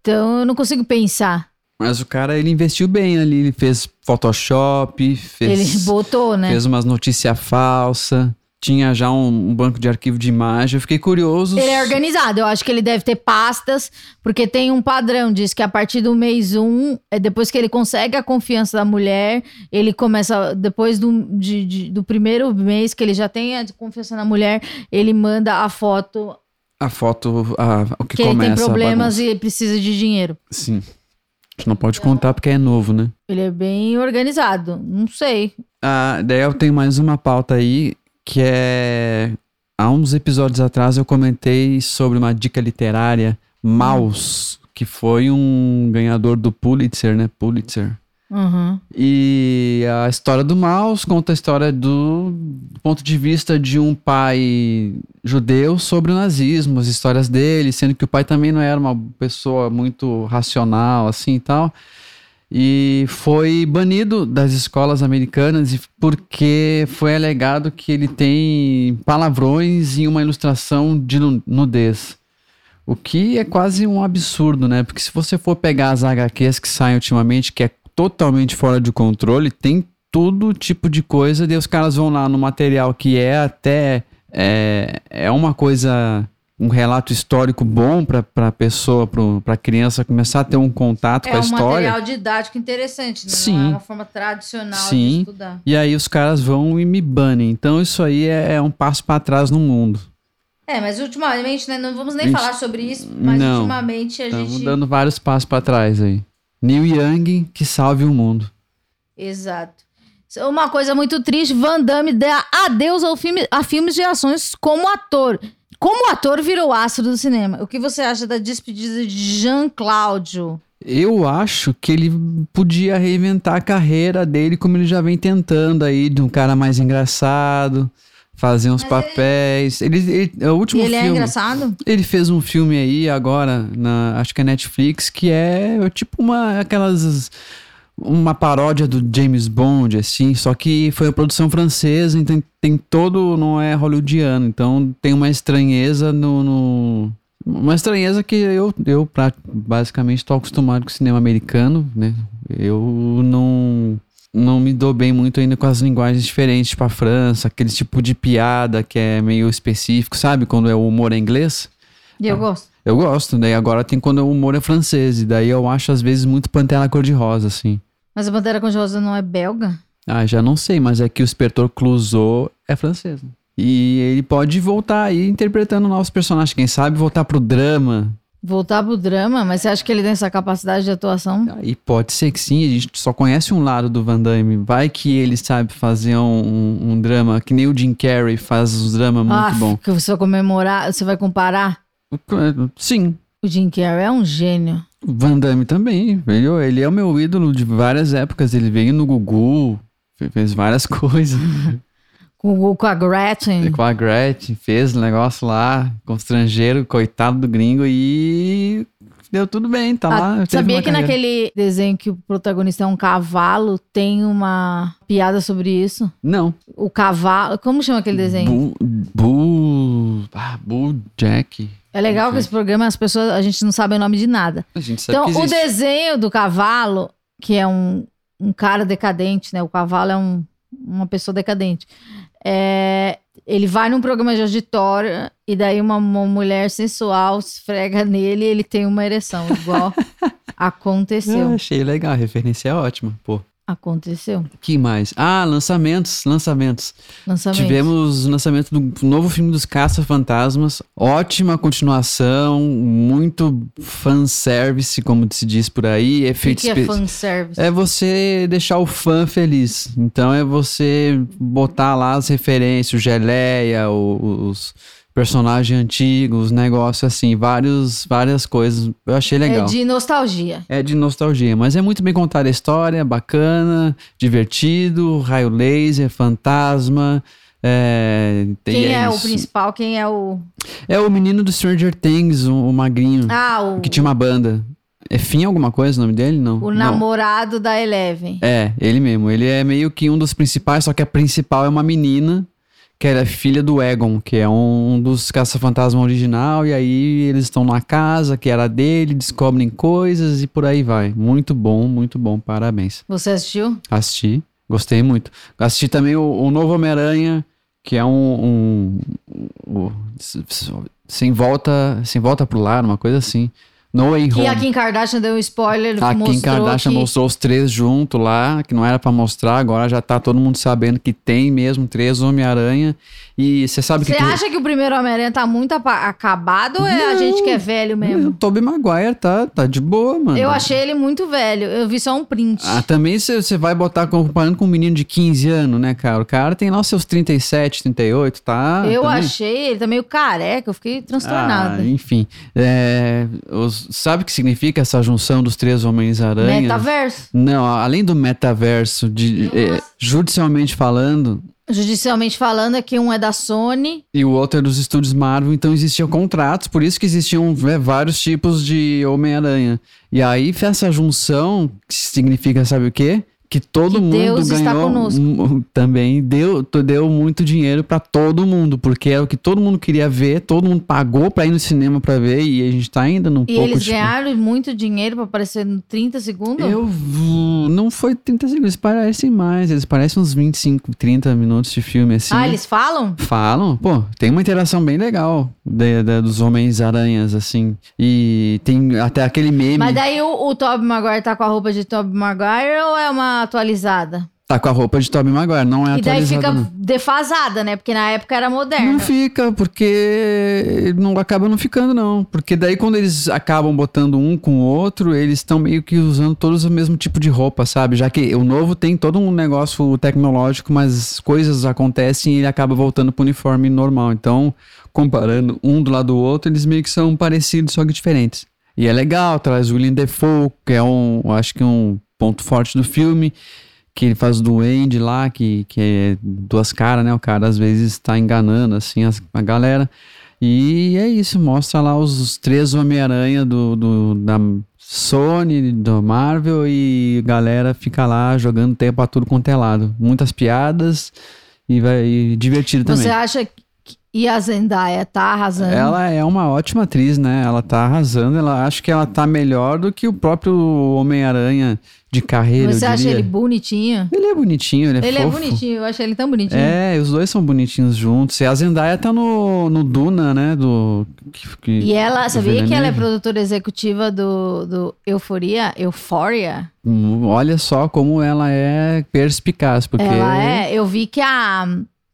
Então, eu não consigo pensar. Mas o cara, ele investiu bem ali, ele fez Photoshop, fez, Ele botou, né? fez umas notícias falsas, tinha já um, um banco de arquivo de imagem, eu fiquei curioso. Ele é organizado, eu acho que ele deve ter pastas, porque tem um padrão, diz que a partir do mês um, é depois que ele consegue a confiança da mulher, ele começa, depois do, de- de- do primeiro mês que ele já tem a confiança na mulher, ele manda a foto A foto, a- o que, que, ele começa tem problemas a bagunça. e precisa de dinheiro. Sim. A gente não pode contar porque é novo, né? Ele é bem organizado, não sei. Ah, daí eu tenho mais uma pauta aí, que é... Há uns episódios atrás eu comentei sobre uma dica literária, Maus, que foi um ganhador do Pulitzer, né? Pulitzer. Uhum. E a história do Maus conta a história do ponto de vista de um pai judeu sobre o nazismo, as histórias dele, sendo que o pai também não era uma pessoa muito racional assim e tal. E foi banido das escolas americanas e- porque foi alegado que ele tem palavrões em uma ilustração de nu- nudez. O que é quase um absurdo, né? Porque se você for pegar as HQs que saem ultimamente, que é totalmente fora de controle, tem todo tipo de coisa, e os caras vão lá no material que é até. É, é uma coisa. Um relato histórico bom para a pessoa, para a criança começar a ter um contato com É a um história. material didático interessante, né? Sim. Não é uma forma tradicional de Sim. estudar. E aí os caras vão e me banem. Então isso aí é, é um passo pra trás no mundo. É, mas ultimamente, né, não vamos nem Gente, falar sobre isso, mas não. ultimamente a Estamos gente... dando vários passos pra trás aí. Neil Young que salve o mundo. Exato. Uma coisa muito triste, Van Damme dá adeus ao filme, a filmes de ações como ator. Como ator virou astro do cinema. O que você acha da despedida de Jean Cláudio? Eu acho que ele podia reinventar a carreira dele como ele já vem tentando aí, de um cara mais engraçado, fazer uns Mas ele- papéis. Ele, ele- é o último Ele é filme. engraçado? Ele fez um filme aí agora, na, acho que é Netflix, que é tipo uma aquelas uma paródia do James Bond, assim, só que foi a produção francesa, então tem todo, não é hollywoodiano, então tem uma estranheza no, no- uma estranheza que eu, eu pra- basicamente estou acostumado com o cinema americano, né? Eu não não me dou bem muito ainda com as linguagens diferentes para França, aquele tipo de piada que é meio específico, sabe? Quando é o humor em inglês. E É. eu gosto. Eu gosto, daí agora tem quando o humor é francês, e daí eu acho às vezes muito Pantera Cor-de-Rosa, assim. Mas a Bandeira Conjosa não é belga? Ah, já não sei, mas é que o Espertor Clouseau é francês. né? E ele pode voltar aí interpretando novos personagens, quem sabe voltar pro drama. Voltar pro drama, mas você acha que ele tem essa capacidade de atuação? E pode ser que sim, a gente só conhece um lado do Van Damme. Vai que ele sabe fazer um, um- um drama, que nem o Jim Carrey faz um drama muito ah, bom. que você vai comemorar, você vai comparar? Sim, O Jim Carrey é um gênio. o Van Damme também. velho. Ele é o meu ídolo de várias épocas. Ele veio no Gugu, fe- fez várias coisas. Com, com a Ele Gretchen. Com a Gretchen, fez um negócio lá, constrangeiro, coitado do gringo, e deu tudo bem, tá lá. Ah, teve sabia uma que carreira. naquele desenho que o protagonista é um cavalo, tem uma piada sobre isso? Não. O cavalo. Como chama aquele Um desenho? Bull. Bull. Ah, Bull Jack. É legal que esse programa as pessoas, a gente não sabe o nome de nada. A gente sabe Então, que o existe. desenho do cavalo, que é um, um cara decadente, né? O cavalo é um- uma pessoa decadente. É, ele vai num programa de auditório e daí uma, uma mulher sensual esfrega nele e ele tem uma ereção, igual Ah, aconteceu. achei legal, a referência é ótima, pô. Aconteceu. que mais? Ah, lançamentos, lançamentos. Lançamento. Tivemos o lançamento do novo filme dos Caça-Fantasmas. Ótima continuação, muito fanservice, como se diz por aí. o que, Efeitos que é espe- fanservice? É você deixar o fã feliz. Então é você botar lá as referências, o geleia, o- os personagens antigos, os negócios assim, vários, várias coisas. Eu achei legal. É de nostalgia. É de nostalgia, mas é muito bem contada a história, bacana, divertido, raio laser, fantasma. É, e Quem é, o isso. principal? Quem é o. É o menino do Stranger Things, o, o magrinho, Ah, o, que tinha uma banda. É Fim alguma coisa o nome dele? Não. o Não. namorado da Eleven. É, ele mesmo. Ele é meio que um dos principais, só que a principal é uma menina, que era filha do Egon, que é um, um dos caça-fantasma original, e aí eles estão na casa, que era dele, descobrem coisas e por aí vai. Muito bom, muito bom, parabéns. Você assistiu? Assisti, gostei muito. Assisti também o, o Novo Homem-Aranha, que é um. um- o- sem volta, sem volta pro lar, uma coisa assim. No Way Que Home. a Kim Kardashian deu um spoiler, A mostrou Tá, Kim Kardashian que... mostrou os três juntos lá, que não era pra mostrar, agora já tá todo mundo sabendo que tem mesmo três Homem-Aranha. E você sabe Você que. acha que o primeiro Homem-Aranha tá muito apa- acabado ou é a Não. gente que é velho que... mesmo? O Hum, Tobey Maguire tá, tá de boa, mano. Eu achei ele muito velho. Eu vi só um print. Ah, também você você vai botar comparando com um menino de 15 anos, né, cara? O cara tem lá os seus 37, 38, tá? eu também. achei ele tá meio careca, eu fiquei transtornada. Ah, enfim. É, os- sabe o que significa essa junção dos três Homens-Aranha? Metaverso. Não, além do metaverso, de, é, judicialmente falando, Judicialmente falando, é que um é da Sony. E o outro é dos estúdios Marvel, então existiam contratos, por isso que existiam né, vários tipos de Homem-Aranha. E aí fez essa junção, que significa sabe o quê? Que todo Que mundo Deus está ganhou conosco. mu- também deu, to- deu muito dinheiro pra todo mundo, porque era o que todo mundo queria ver, todo mundo pagou pra ir no cinema pra ver e a gente tá ainda num E pouco eles tipo, ganharam muito dinheiro pra aparecer em 30 segundos. eu v- não foi 30 segundos, eles parecem mais, eles parecem uns 25, 30 minutos de filme assim. Ah, eles falam? Falam, pô, tem uma interação bem legal da- da- dos Homens-Aranhas, assim. E tem até aquele meme. Mas daí o, o Tobey Maguire tá com a roupa de Tobey Maguire ou é uma atualizada? Tá com a roupa de Tobey Maguire, não é E daí atualizado. fica não. defasada, né? Porque na época era moderna. Não fica, porque não acaba não ficando, não. Porque daí quando eles acabam botando um com o outro, eles estão meio que usando todos o mesmo tipo de roupa, sabe? Já que o novo tem todo um negócio tecnológico, mas coisas acontecem e ele acaba voltando pro uniforme normal. Então, comparando um do lado do outro, eles meio que são parecidos, só que diferentes. E é legal, traz o William Defoe, que é um, eu acho que um ponto forte do filme, que ele faz o duende lá, que, que é duas caras, né? O cara às vezes tá enganando, assim, as- a galera. E é isso, mostra lá os, os três Homem-Aranha do, do- da Sony, do Marvel, e a galera fica lá jogando tempo a tudo quanto é lado. Muitas piadas e, vai, e divertido também. Você acha que e a Zendaya tá arrasando? Ela é uma ótima atriz, né? Ela tá arrasando. Ela acho que ela tá melhor do que o próprio Homem-Aranha de carreira. Você eu acha diria. ele bonitinho? Ele é bonitinho, ele é ele fofo. é bonitinho, eu acho ele tão bonitinho. É, os dois são bonitinhos juntos. E a Zendaya tá no, no Duna, né? Do, que, que- E ela, do sabia que ela é Villeneuve. produtora executiva do, do Euforia? Euphoria? Hum, Olha só como ela é perspicaz, porque... Ela é. Eu vi que a.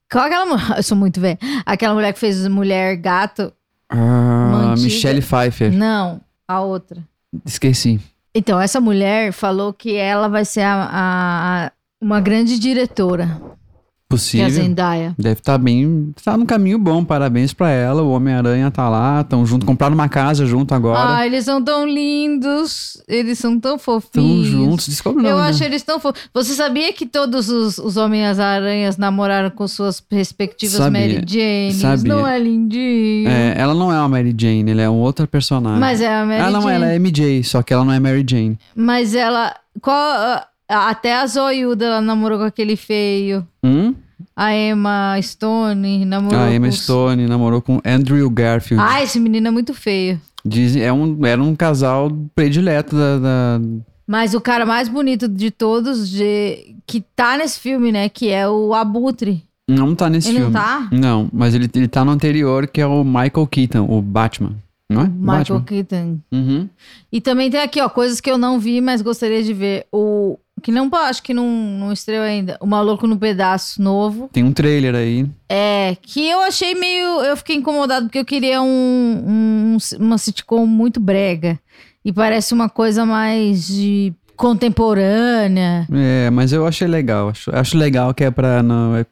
Qual é aquela mulher? Eu sou muito velha. Aquela mulher que fez Mulher Gato. Ah, Mantida. Michelle Pfeiffer. Não. a outra. Esqueci. Então, essa mulher falou que ela vai ser a- a- a- uma grande diretora, que é a Possível. Zendaya. Deve estar bem. Tá no caminho bom, parabéns pra ela. O Homem-Aranha tá lá, estão junto, compraram uma casa junto agora. Ah, eles são tão lindos, eles são tão Estão fofinhos. juntos, descobre não. Eu né? acho eles tão fofos. Você sabia que todos os, os Homens-Aranhas namoraram com suas respectivas Sabia. Mary Janes? Sabia. Não é lindinho? É, ela não é uma Mary Jane, ela é um outra personagem. Mas é a Mary ela não, Jane. ela é MJ, só que ela não é Mary Jane. Mas ela... Qual, até a Zoiuda ela namorou com aquele feio. Hum? A Emma Stone namorou A Ah, Emma com... Stone namorou com Andrew Garfield. Ah, esse menino é muito feio. Dizem, é um, era um casal predileto da, da- Mas o cara mais bonito de todos de- que tá nesse filme, né? Que é o Abutre. Não tá nesse Ele não filme. tá? Não, mas ele, ele tá no anterior, que é o Michael Keaton, o Batman. Não é? Michael Batman. Keaton. Uhum. E também tem aqui, ó, coisas que eu não vi, mas gostaria de ver. O. Que não acho que não, não estreou ainda. O Maluco no Pedaço novo. Tem um trailer aí. É, que eu achei meio. Eu fiquei incomodado porque eu queria um, um- uma sitcom muito brega. E parece uma coisa mais de contemporânea. É, mas eu achei legal. Acho, acho legal que é pra. Não, é,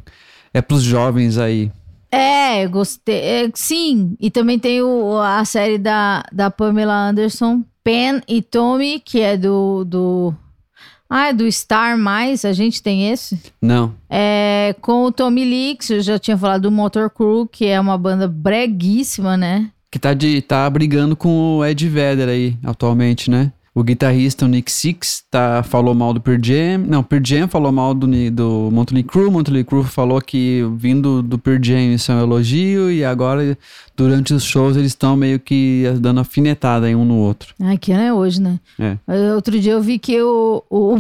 é pros jovens aí. É, eu gostei. É, sim, e também tem o- a série da, da Pamela Anderson, Pen e Tommy, que é do. do ah, é do Star Mais, a gente tem esse. Não. É, com o Tommy Lee, que eu já tinha falado do Motor Crew, que é uma banda breguíssima, né? Que tá, de, tá brigando com o Ed Vedder aí, atualmente, né? O guitarrista, o Nick Six, tá, falou mal do Pearl Jam. Não, Pearl Jam falou mal do, Ni- do Motley Crue. Motley Crue falou que vindo do Pearl Jam isso é um elogio. E agora, durante os shows, eles estão meio que dando afinetada em um no outro. Ai, que é hoje, né? É. Eh, Outro dia eu vi que o, o,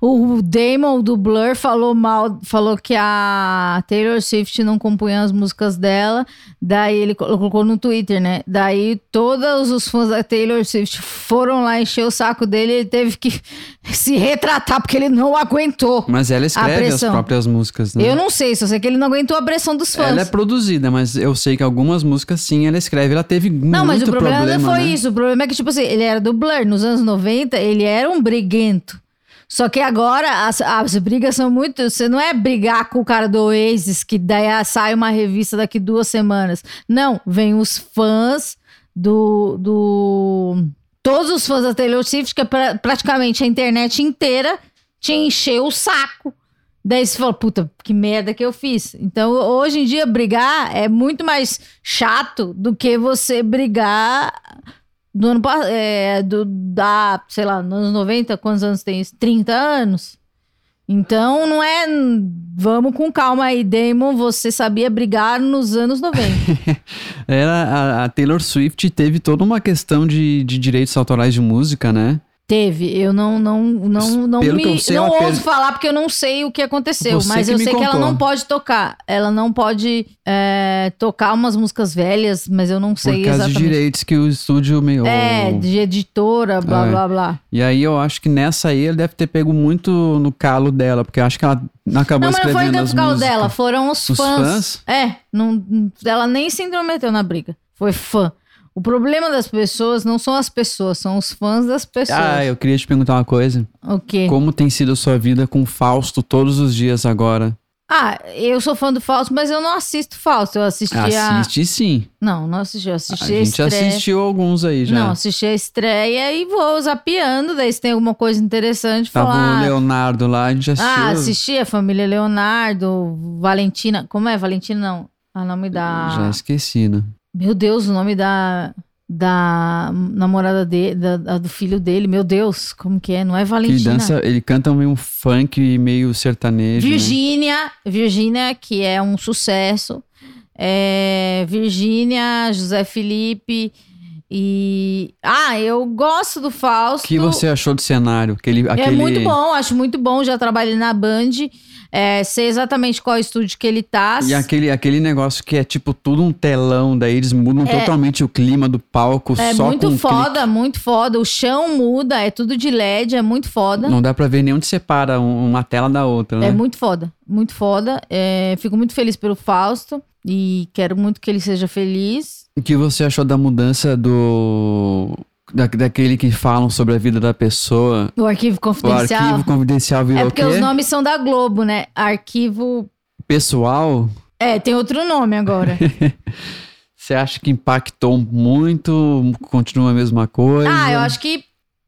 o Damon do Blur falou mal, falou que a Taylor Swift não compunha as músicas dela. Daí ele colo- colocou no Twitter, né? Daí todos os fãs da Taylor Swift foram lá encher o saco dele. Ele teve que se retratar porque ele não aguentou. Mas ela escreve as pressão. próprias músicas, né? Eu não sei, só sei que ele não aguentou a pressão dos fãs. Ela é produzida, mas eu sei que algumas músicas sim ela escreve. Ela teve Não, muito mas o problema, não foi né? isso. O problema é que, tipo assim, ele era do Blur. Nos anos 90, ele era um briguento. Só que agora as, as brigas são muito. Você não é brigar com o cara do Oasis, que daí ah, sai uma revista daqui duas semanas. Não, vem os fãs do. do todos os fãs da Taylor Swift, que é pra- praticamente a internet inteira, te encheu o saco. Daí você fala, puta, que merda que eu fiz. Então, hoje em dia, brigar é muito mais chato do que você brigar do ano pa- é, do da, sei lá, nos anos 90, quantos anos tem isso? 30 anos. Então, não é. Vamos com calma aí, Damon. Você sabia brigar nos anos 90. Era, a, a Taylor Swift teve toda uma questão de, de direitos autorais de música, né? Teve. Eu não, não, não, não Pelo me. que eu sei, não ela ouso teve- falar porque eu não sei o que aconteceu. Você mas que eu me sei que ela contou. não pode tocar. Ela não pode é, tocar umas músicas velhas, mas eu não sei por causa exatamente. de direitos que o estúdio meio. É, de editora, blá É. blá blá. E aí eu acho que nessa aí ele deve ter pego muito no calo dela, porque eu acho que ela acabou Não, mas não foi escrevendo nem as por causa músicas. dela, foram os, Os fãs. fãs? É, não, ela nem se intrometeu na briga. Foi fã. O problema das pessoas não são as pessoas, são os fãs das pessoas. Ah, eu queria te perguntar uma coisa. O quê? Como tem sido a sua vida com Fausto todos os dias agora? Ah, eu sou fã do Fausto, mas eu não assisto Fausto. Eu assisti a. Assiste sim. Não, não assisti. Eu assisti A a, gente estreia. assistiu alguns aí já. Não, assisti a estreia e vou zapeando. Daí se tem alguma coisa interessante, Tava falar. o Leonardo lá, a gente Tá assistiu. Ah, assisti a família Leonardo, Valentina. Como é? Valentina não. A nome da. Já esqueci, né? Meu Deus, o nome da, da namorada dele, da, da- do filho dele, meu Deus, como que é? Não é Que ele Valentina. dança, ele canta meio um funk, meio sertanejo. né? Virgínia, Virgínia, que é um sucesso. É, Virgínia, José Felipe e... Ah, eu gosto do O Fausto. que você achou do cenário? Aquele, É aquele... muito bom, acho muito bom, já trabalhei na Band, é, sei exatamente qual estúdio que ele tá. E aquele, aquele negócio que é tipo tudo um telão, daí eles mudam totalmente o clima do palco É só muito com um foda, muito foda. O chão muda, é tudo de LED, é muito foda. clique. Não dá pra ver nem onde separa um- uma tela da outra, né? É muito foda, muito foda. É, fico muito feliz pelo Fausto e quero muito que ele seja feliz. O que você achou da mudança do da, daquele que falam sobre a vida da pessoa. O arquivo O confidencial. arquivo confidencial virou é o porque quê? os nomes são da Globo, né? Arquivo. Pessoal, É, tem outro nome agora. você acha que impactou muito? Continua a mesma coisa? ah, eu acho que,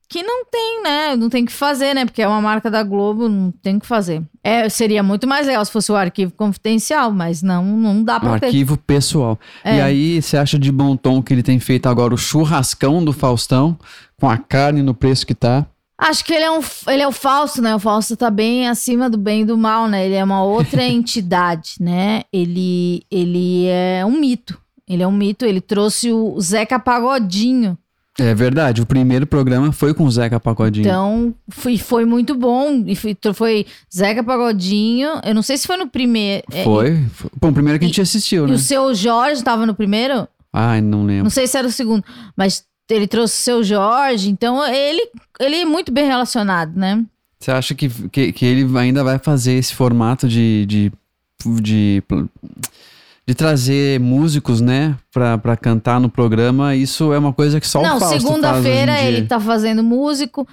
que não tem, né? Não tem o que fazer, né? Porque é uma marca da Globo, não tem o que fazer. É, seria muito mais legal se fosse o arquivo confidencial, mas não, não dá Um pra ter. arquivo pessoal. É. E aí, você acha de bom tom que ele tem feito agora o churrascão do Faustão, com a carne no preço que tá? Acho que ele é, um, ele é o falso, né? O falso tá bem acima do bem e do mal, né? Ele é uma outra entidade, né? Ele, ele é um mito. Ele é um mito. Ele trouxe o Zeca Pagodinho. É verdade, o primeiro programa foi com o Zeca Pagodinho. Então, foi, foi muito bom. E foi, foi Zeca Pagodinho. Eu não sei se foi no primeiro. é, foi? foi- Bom, o primeiro que a gente assistiu, E né? o seu Jorge tava no primeiro? Ai, não lembro. Não sei se era o segundo, mas ele trouxe o seu Jorge, então ele, ele é muito bem relacionado, né? Você acha que, que, que ele ainda vai fazer esse formato de. de, de, de trazer músicos, né, pra, pra cantar no programa, isso é uma coisa que só o Não, Fausto segunda-feira faz hoje em dia. ele tá fazendo músico,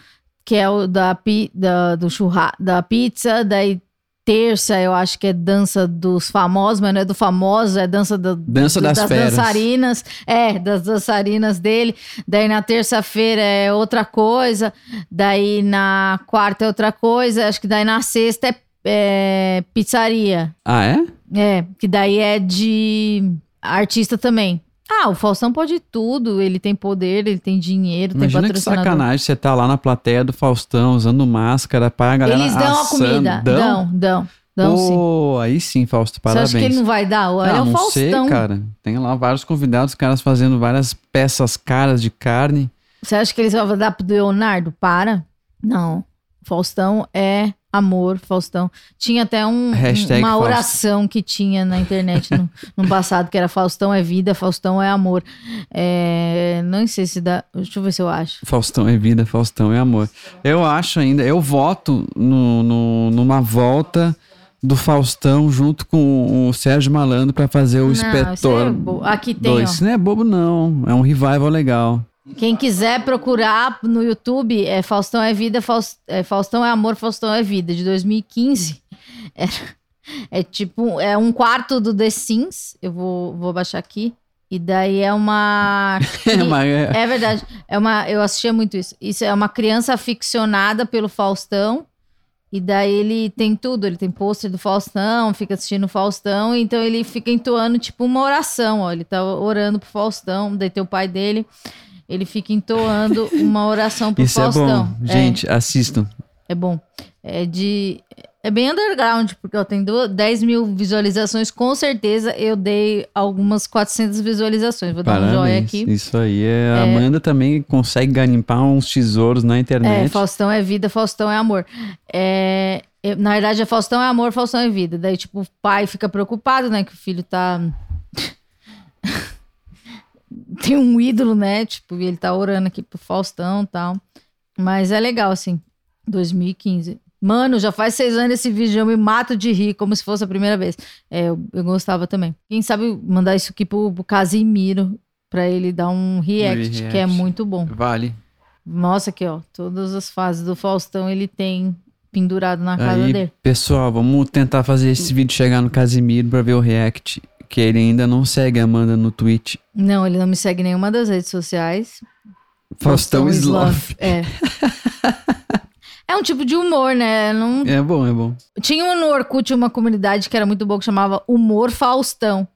que é o da, pi, da, do churra, da pizza, daí terça eu acho que é dança dos famosos, mas não é do famoso, é dança do, Dança do- das feras. dançarinas, é, das dançarinas dele. Daí na terça-feira é outra coisa, daí na quarta é outra coisa, acho que daí na sexta é, é pizzaria. Ah, é? É, que daí é de artista também. Ah, o Faustão pode tudo, ele tem poder, ele tem dinheiro, Imagina tem que patrocinador. sacanagem você tá lá na plateia do Faustão usando máscara para a galera Eles dão a assando. comida. Dão, dão, dão sim. Pô, aí sim, Fausto, parabéns. Você acha que ele não vai dar? Olha, Ah, é o não Faustão. sei, cara. Tem lá vários convidados, caras fazendo várias peças caras de carne. Você acha que eles vão dar pro Leonardo? Para. Não. Faustão é amor, Faustão. Tinha até um, Hashtag uma Fausto. oração que tinha na internet no, no passado, que era Faustão é vida, Faustão é amor. É, não sei se dá. Deixa eu ver se eu acho. Faustão é vida, Faustão é amor. Eu acho ainda, eu voto no, no- numa volta do Faustão junto com o Sérgio Malandro para fazer o Não, isso é inspetor. bo- Aqui tem, Dois. ó. Isso não é bobo, não. É um revival legal. Quem quiser procurar no YouTube, é Faustão é Vida, Faus- é Faustão é Amor, Faustão é Vida, de 2015. Era- é tipo, é um quarto do The Sims, eu vou, vou baixar aqui. E daí é uma... É, mas é- É verdade, é uma, eu assistia muito isso. Isso é uma criança aficionada pelo Faustão. E daí ele tem tudo, ele tem pôster do Faustão, fica assistindo o Faustão, então ele fica entoando tipo uma oração, ó, ele tá orando pro Faustão, daí tem o pai dele, ele fica entoando uma oração pro isso Faustão. é bom. Gente, assistam. É bom. É de. É bem underground, porque eu tenho 10 mil visualizações, com certeza eu dei algumas 400 visualizações. Vou dar um joia Parabéns. aqui. Isso aí. É, A Amanda também consegue garimpar uns tesouros na É, internet. Faustão é vida, Faustão é amor. É, eu- na verdade, é Faustão é amor, Faustão é vida. Daí, tipo, o pai fica preocupado, né? Que o filho tá. Tem um ídolo, né? Tipo, e ele tá orando aqui pro Faustão e tal. Mas é legal, assim. 2015. Mano, já faz seis anos esse vídeo, eu me mato de rir, como se fosse a primeira vez. É, eu, eu gostava também. Quem sabe mandar isso aqui pro, pro Casimiro, pra ele dar um react, que é react. muito bom. Vale. Nossa, aqui, ó. Todas as fases do Faustão ele tem pendurado na casa Aí, dele. pessoal, vamos tentar fazer esse vídeo chegar no Casimiro pra ver o react. Que ele ainda não segue a Amanda no Twitch. Não, ele não me segue em nenhuma das redes sociais. Faustão Sloth. É. É um tipo de humor, né? Não... É bom, é bom. Tinha um no Orkut uma comunidade que era muito boa que chamava Humor Faustão.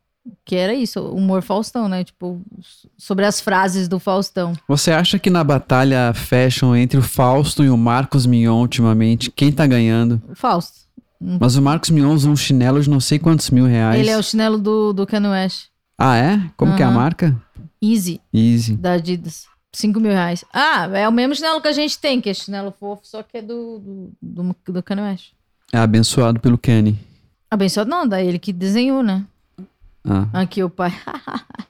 Que era isso, humor Faustão, né? Tipo, s- sobre as frases do Faustão. Você acha que na batalha fashion entre o Fausto e o Marcos Mion ultimamente, quem tá ganhando? O Fausto. Mas o Marcos Mion usa um chinelo de não sei quantos mil reais. Hum. Ele é o chinelo do, do Kanye West. Ah, é? Como que é a Aham. marca? Easy. Easy. da Adidas. 5 mil reais. Ah, é o mesmo chinelo que a gente tem, que é chinelo fofo, só que é do, do, do, do Kanye West. É abençoado pelo Kenny. Abençoado não, daí ele que desenhou, né? Ah. Aqui o pai.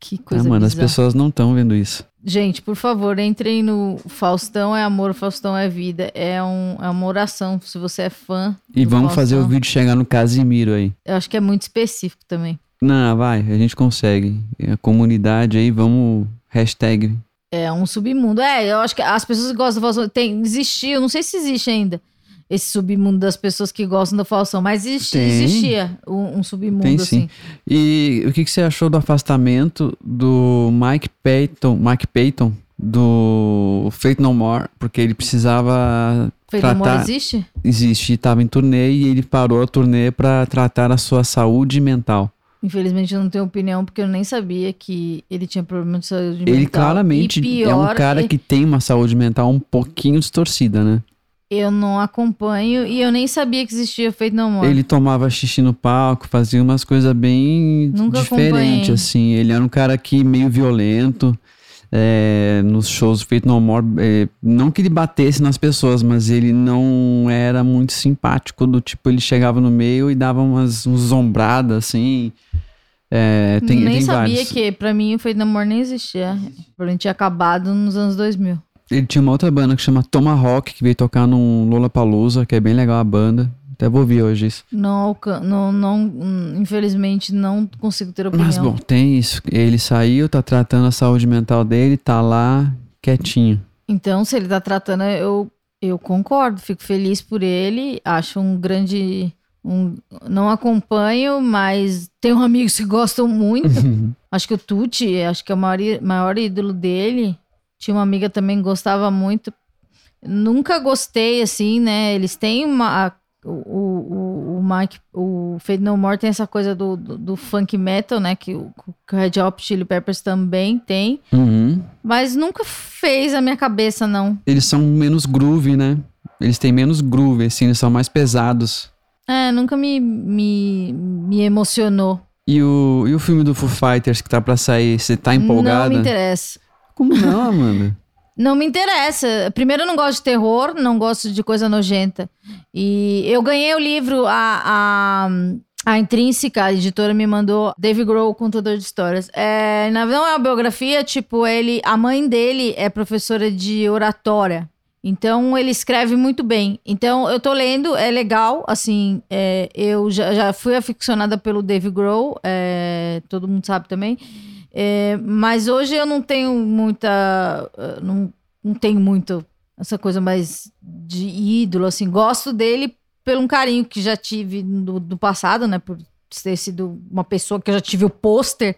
que Ah, coisa mano, as bizarra. pessoas não estão vendo isso. Gente, por favor, entrem no Faustão é amor, Faustão é vida. É, um, é uma oração, se você é fã. E do vamos fazer o Faustão. vídeo chegar no Casimiro aí. Eu acho que é muito específico também. É Não, vai, a gente consegue. A comunidade aí, vamos. Hashtag É um submundo. É, eu acho que as pessoas que gostam do Faustão. Tem, existiu, não sei se existe ainda esse submundo das pessoas que gostam do Faustão, mas existe- Tem. existia um, um submundo Tem assim. sim. E o que, que você achou do afastamento do Mike Payton, Mike Payton do Faith No More, porque ele precisava Feito amor Tratar- existe? existe, estava em turnê e ele parou a turnê para tratar a sua saúde mental. Infelizmente eu não tenho opinião porque eu nem sabia que ele tinha problema de saúde mental. Ele claramente E é um pior, cara e- que tem uma saúde mental um pouquinho distorcida, né? eu não acompanho e eu nem sabia que existia feito no amor. Ele tomava xixi no palco, fazia umas coisas bem Nunca diferentes, acompanhei. assim. Ele era um cara que meio violento. é, nos shows feito no More, é, não que ele batesse nas pessoas, mas ele não era muito simpático. Do tipo, ele chegava no meio e dava umas, uns ombradas assim. É, tem, nem tem sabia vários. que pra mim o feito no amor nem existia. Porém tinha acabado nos anos 2000. Ele tinha uma outra banda que chama Tomahawk, que veio tocar num Lollapalooza, que é bem legal a banda. Até vou ouvir hoje isso. Não, alcan- não, não, hum, infelizmente não consigo ter opinião. Mas bom, tem isso. Ele saiu, tá tratando a saúde mental dele, tá lá quietinho. Então, se ele tá tratando, eu, eu concordo, fico feliz por ele, acho um grande. um- não acompanho, mas tenho amigos que gostam muito. Uhum. acho que o Tucci, acho que é o maior, í- maior ídolo dele. Tinha uma amiga também que gostava muito. Nunca gostei, assim, né? Eles têm uma. a- o, o, o Mike, o Fade No More tem essa coisa do, do, do funk metal, né? Que o, que o Red Hot Chili Peppers também tem. Uhum. Mas nunca fez a minha cabeça, não. Eles são menos groove, né? Eles têm menos groove, assim, eles são mais pesados. É, Ah, nunca me, me, me emocionou. E o, e o filme do Foo Fighters que tá pra sair, você tá Não empolgada? me interessa. Como não, Amanda? Não me interessa. Primeiro, eu não gosto de terror, não gosto de coisa nojenta. E eu ganhei o livro, a, a, a intrínseca, a editora me mandou Dave Grohl, o contador de histórias. É, na- não é uma biografia, tipo, ele. A mãe dele é professora de oratória. Então ele escreve muito bem. Então eu tô lendo, é legal. Assim, é, eu já, já fui aficionada pelo Dave Grohl, é, todo mundo sabe também. É, mas hoje eu não tenho muita. eh, Não, não tenho muito essa coisa mais de ídolo, assim. Gosto dele pelo um carinho que já tive do, do passado, né? Por ter sido uma pessoa que eu já tive o pôster.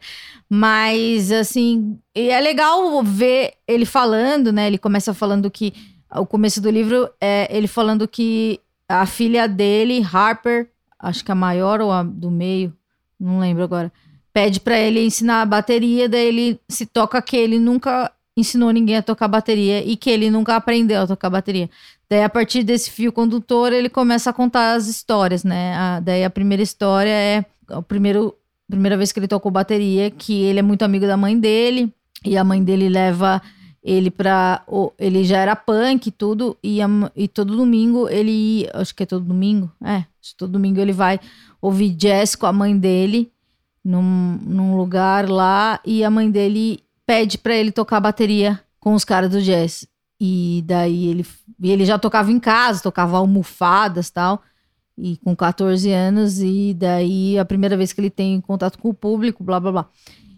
Mas, assim, e é legal ver ele falando, né? Ele começa falando que. O começo do livro é ele falando que a filha dele, Harper, acho que a maior ou a do meio, não lembro agora pede pra ele ensinar a bateria, daí ele se toca que ele nunca ensinou ninguém a tocar bateria e que ele nunca aprendeu a tocar bateria. Daí a partir desse fio condutor ele começa a contar as histórias, né? A- daí a primeira história é a primeiro, primeira vez que ele tocou bateria, que ele é muito amigo da mãe dele e a mãe dele leva ele pra. o- ele já era punk e tudo, e, a m- e todo domingo ele. ia- Acho que é todo domingo? É, acho que todo domingo ele vai ouvir jazz com a mãe dele num, num lugar lá e a mãe dele pede pra ele tocar bateria com os caras do jazz. E daí ele, e ele já tocava em casa, tocava almofadas tal, e com 14 anos, e daí a primeira vez que ele tem contato com o público, blá blá blá.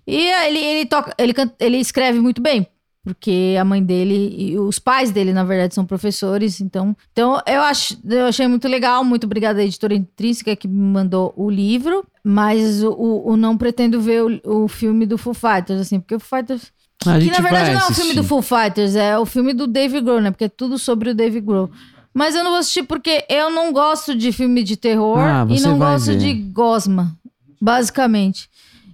E aí ele, ele toca, ele, canta- ele escreve muito bem, porque a mãe dele e os pais dele, na verdade, são professores, então, então eu, acho, eu achei muito legal, muito obrigada à editora intrínseca que me mandou o livro, mas o, o, o não pretendo ver o, o filme do Foo Fighters, assim, porque o Foo Fighters... A que gente na verdade vai não é o assistir. filme do Foo Fighters, é o filme do Dave Grohl, né, porque é tudo sobre o Dave Grohl. Mas eu não vou assistir porque eu não gosto de filme de terror Ah, e você não vai gosto ver. de gosma, basicamente.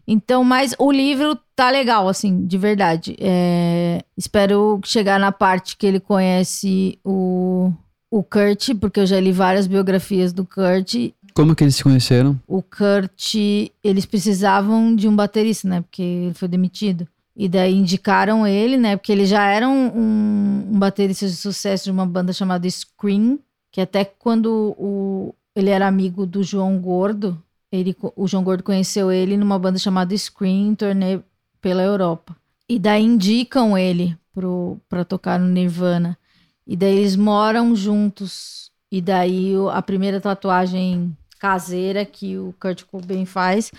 Então, mas o livro tá legal, assim, de verdade. É, espero chegar na parte que ele conhece o, o Kurt, porque eu já li várias biografias do Kurt. Como que eles se conheceram? O Kurt, eles precisavam de um baterista, né? Porque ele foi demitido. E daí indicaram ele, né? Porque ele já era um, um- um baterista de sucesso de uma banda chamada Scream, que até quando o, ele era amigo do João Gordo, ele, co- o João Gordo conheceu ele numa banda chamada Scream, em turnê pela Europa. E daí indicam ele pro, pra tocar no Nirvana. E daí eles moram juntos. E daí o- a primeira tatuagem caseira que o Kurt Cobain faz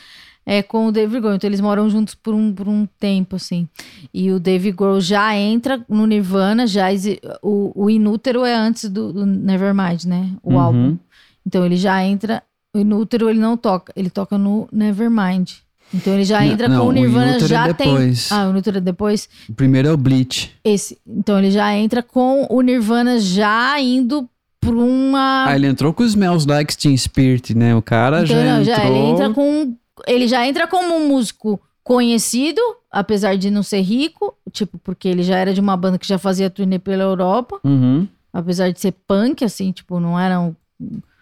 é, com o David Grohl. Então eles moram juntos por um, por um tempo, assim. E o David Grohl já entra no Nirvana, já exi- o, o Inútero é antes do, do Nevermind, né? O Uhum. álbum. Então ele já entra. O Inútero ele não toca, ele toca no Nevermind. Então ele já Não, entra não, com o o Nirvana Inútero é já depois. tem. Ah, o Inútero é depois. O primeiro é o Bleach. Esse. Então ele já entra com o Nirvana já indo pra uma. Ah, ele entrou com os Smells Like Teen Spirit, né? O cara Então, já não, entrou... ele entra com um, ele já entra como um músico conhecido, apesar de não ser rico, tipo, porque ele já era de uma banda que já fazia turnê pela Europa, Uhum. apesar de ser punk assim, tipo, não era um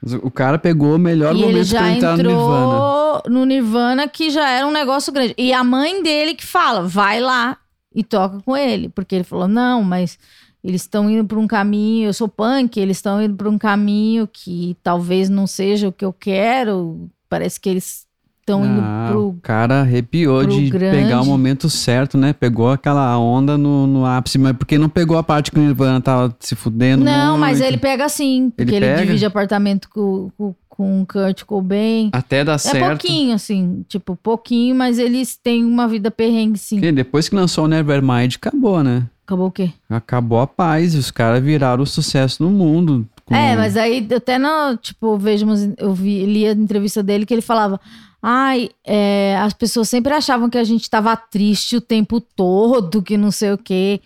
Mas O cara pegou o melhor e ele Tá momento pra já entrar no Nirvana. entrou no Nirvana que já era um negócio grande. E a mãe dele que fala: "Vai lá e toca com ele", porque ele falou: "Não, mas eles estão indo por um caminho, eu sou punk, eles estão indo por um caminho que talvez não seja o que eu quero. Parece que eles estão indo Ah, pro O cara arrepiou pro de grande. pegar o momento certo, né? Pegou aquela onda no, no ápice, mas porque não pegou a parte que o Nirvana tava se fudendo. Não, mas muito. ele pega sim, porque ele, pega? divide apartamento com, com, com o Kurt Cobain. Até dar É certo. pouquinho, assim, tipo, pouquinho, mas eles têm uma vida perrengue, sim. Porque depois que lançou o Nevermind, acabou, né? Acabou o quê? Acabou a paz e os caras viraram o sucesso no mundo. com- É, mas aí eu até não, tipo, eu vejo umas, eu vi, li a entrevista dele que ele falava. Ai, é, as pessoas sempre achavam que a gente tava triste o tempo todo, que não sei o quê.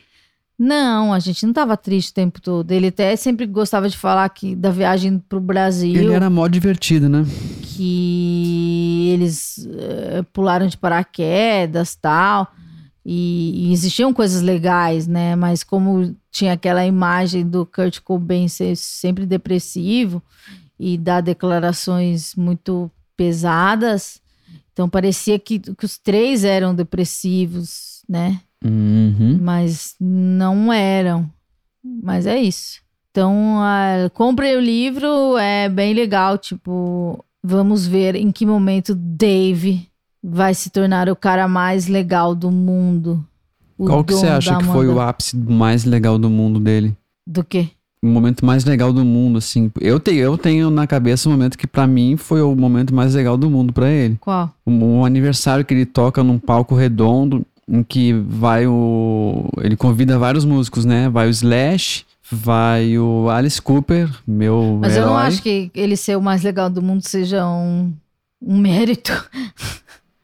Não, a gente não tava triste o tempo todo. Ele até sempre gostava de falar que da viagem pro Brasil. Ele era mó divertido, né? que eles eh, pularam de paraquedas tal e, e existiam coisas legais né mas como tinha aquela imagem do Kurt Cobain ser sempre depressivo e dar declarações muito pesadas então parecia que, que os três eram depressivos né Uhum. mas não eram mas é isso então a, comprem o livro é bem legal tipo vamos ver em que momento Dave vai se tornar o cara mais legal do mundo O Qual que dono você acha da que foi o Amanda- ápice mais legal do mundo dele? do quê O momento mais legal do mundo, assim. Eu tenho, eu tenho na cabeça o momento que pra mim foi o momento mais legal do mundo pra ele. qual O, o Um, aniversário que ele toca num palco redondo em que vai o ele convida vários músicos, né? Vai o Slash, vai o Alice Cooper, meu mas eu não herói. acho que ele ser o mais legal do mundo seja um um mérito.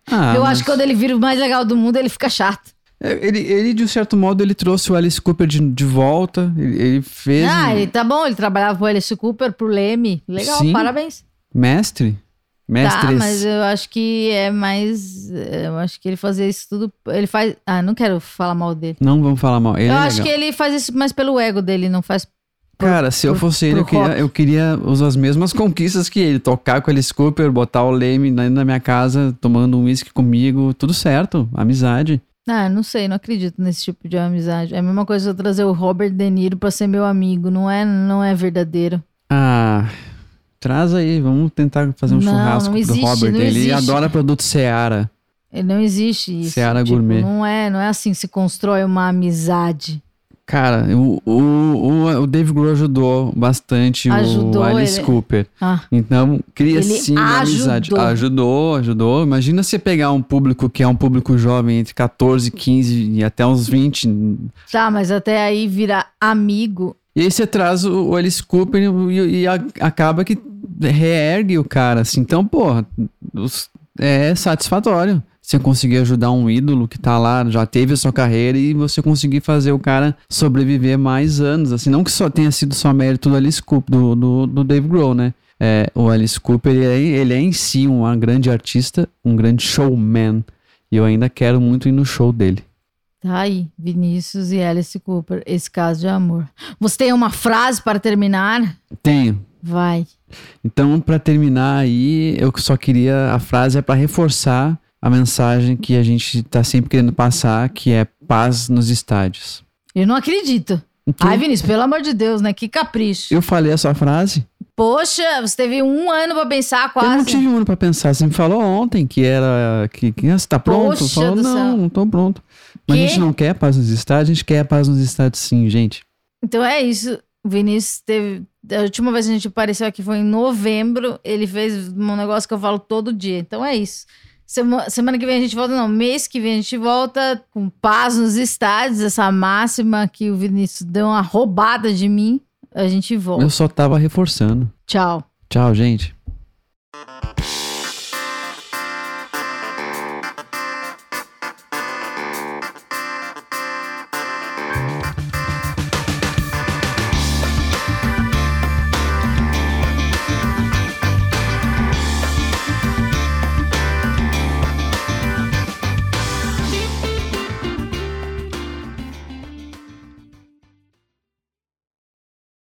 Ah, eu mas- acho que quando ele vira o mais legal do mundo, ele fica chato. Ele, ele, de um certo modo, ele trouxe o Alice Cooper de, de volta. Ele, ele fez Ah, um ele, tá bom, ele trabalhava pro Alice Cooper, pro Leme. Legal, Sim. parabéns. mestre. Tá, Mestres. mas eu acho que é mais. Eu acho que ele fazia isso tudo. Ele faz. Ah, não quero falar mal dele. Não vamos falar mal. Ele eu é acho legal. que ele faz isso mais pelo ego dele, não faz. Cara, se eu pro- fosse pro ele, eu queria, rock. eu queria usar as mesmas conquistas que ele. Tocar com o Alice Cooper, botar o Leme na, na minha casa, tomando um uísque comigo. Tudo certo. Amizade. Ah, não sei, não acredito nesse tipo de amizade. É a mesma coisa eu trazer o Robert De Niro pra ser meu amigo. Não é, não é verdadeiro. Ah... Traz aí, vamos tentar fazer um Não, churrasco não do existe, Robert. não ele existe. adora produto Seara. Ele não existe isso. Seara Tipo, gourmet. Não é, não é assim que se constrói uma amizade. Cara, o, o, o, o Dave Grohl ajudou bastante Ajudou, o Alice ele- Cooper. Ah, Então, cria Ele sim uma amizade. ajudou. Ajudou, ajudou. Imagina você pegar um público que é um público jovem entre 14, 15 e até uns 20. tá, mas até aí virar amigo. E aí você traz o, o Alice Cooper e, e a- acaba que reergue o cara. Assim. Então, porra, os- é satisfatório. Você conseguir ajudar um ídolo que tá lá, já teve a sua carreira, e você conseguir fazer o cara sobreviver mais anos. Assim, não que só tenha sido só mérito do Alice Cooper, do, do, do Dave Grohl, né? É, o Alice Cooper, ele é, ele é em si um grande artista, um grande showman. E eu ainda quero muito ir no show dele. Tá aí, Vinícius e Alice Cooper, esse caso de amor. Você tem uma frase para terminar? Tenho. Vai. Então, para terminar aí, eu só queria a frase é para reforçar a mensagem que a gente tá sempre querendo passar, que é paz nos estádios. Eu não acredito. Então, Ai, Vinícius, pelo amor de Deus, né? Que capricho. eu falei essa frase? Poxa, você teve um ano pra pensar Eu não quase. tive um ano para pensar. Você me falou ontem que era que, que ah, você tá pronto? Poxa eu falo, do não, céu. não tô pronto. Mas a Quê? gente não quer paz nos estádios, a gente quer paz nos estádios sim, gente. Então é isso. O Vinícius teve. A última vez que a gente apareceu aqui foi em novembro. Ele fez um negócio que eu falo todo dia. Então é isso. Semana, semana que vem a gente volta, não, mês que vem a gente volta com paz nos estádios, essa máxima que o Vinícius deu uma roubada de mim. A gente volta. Eu só tava reforçando. Tchau. Tchau, gente.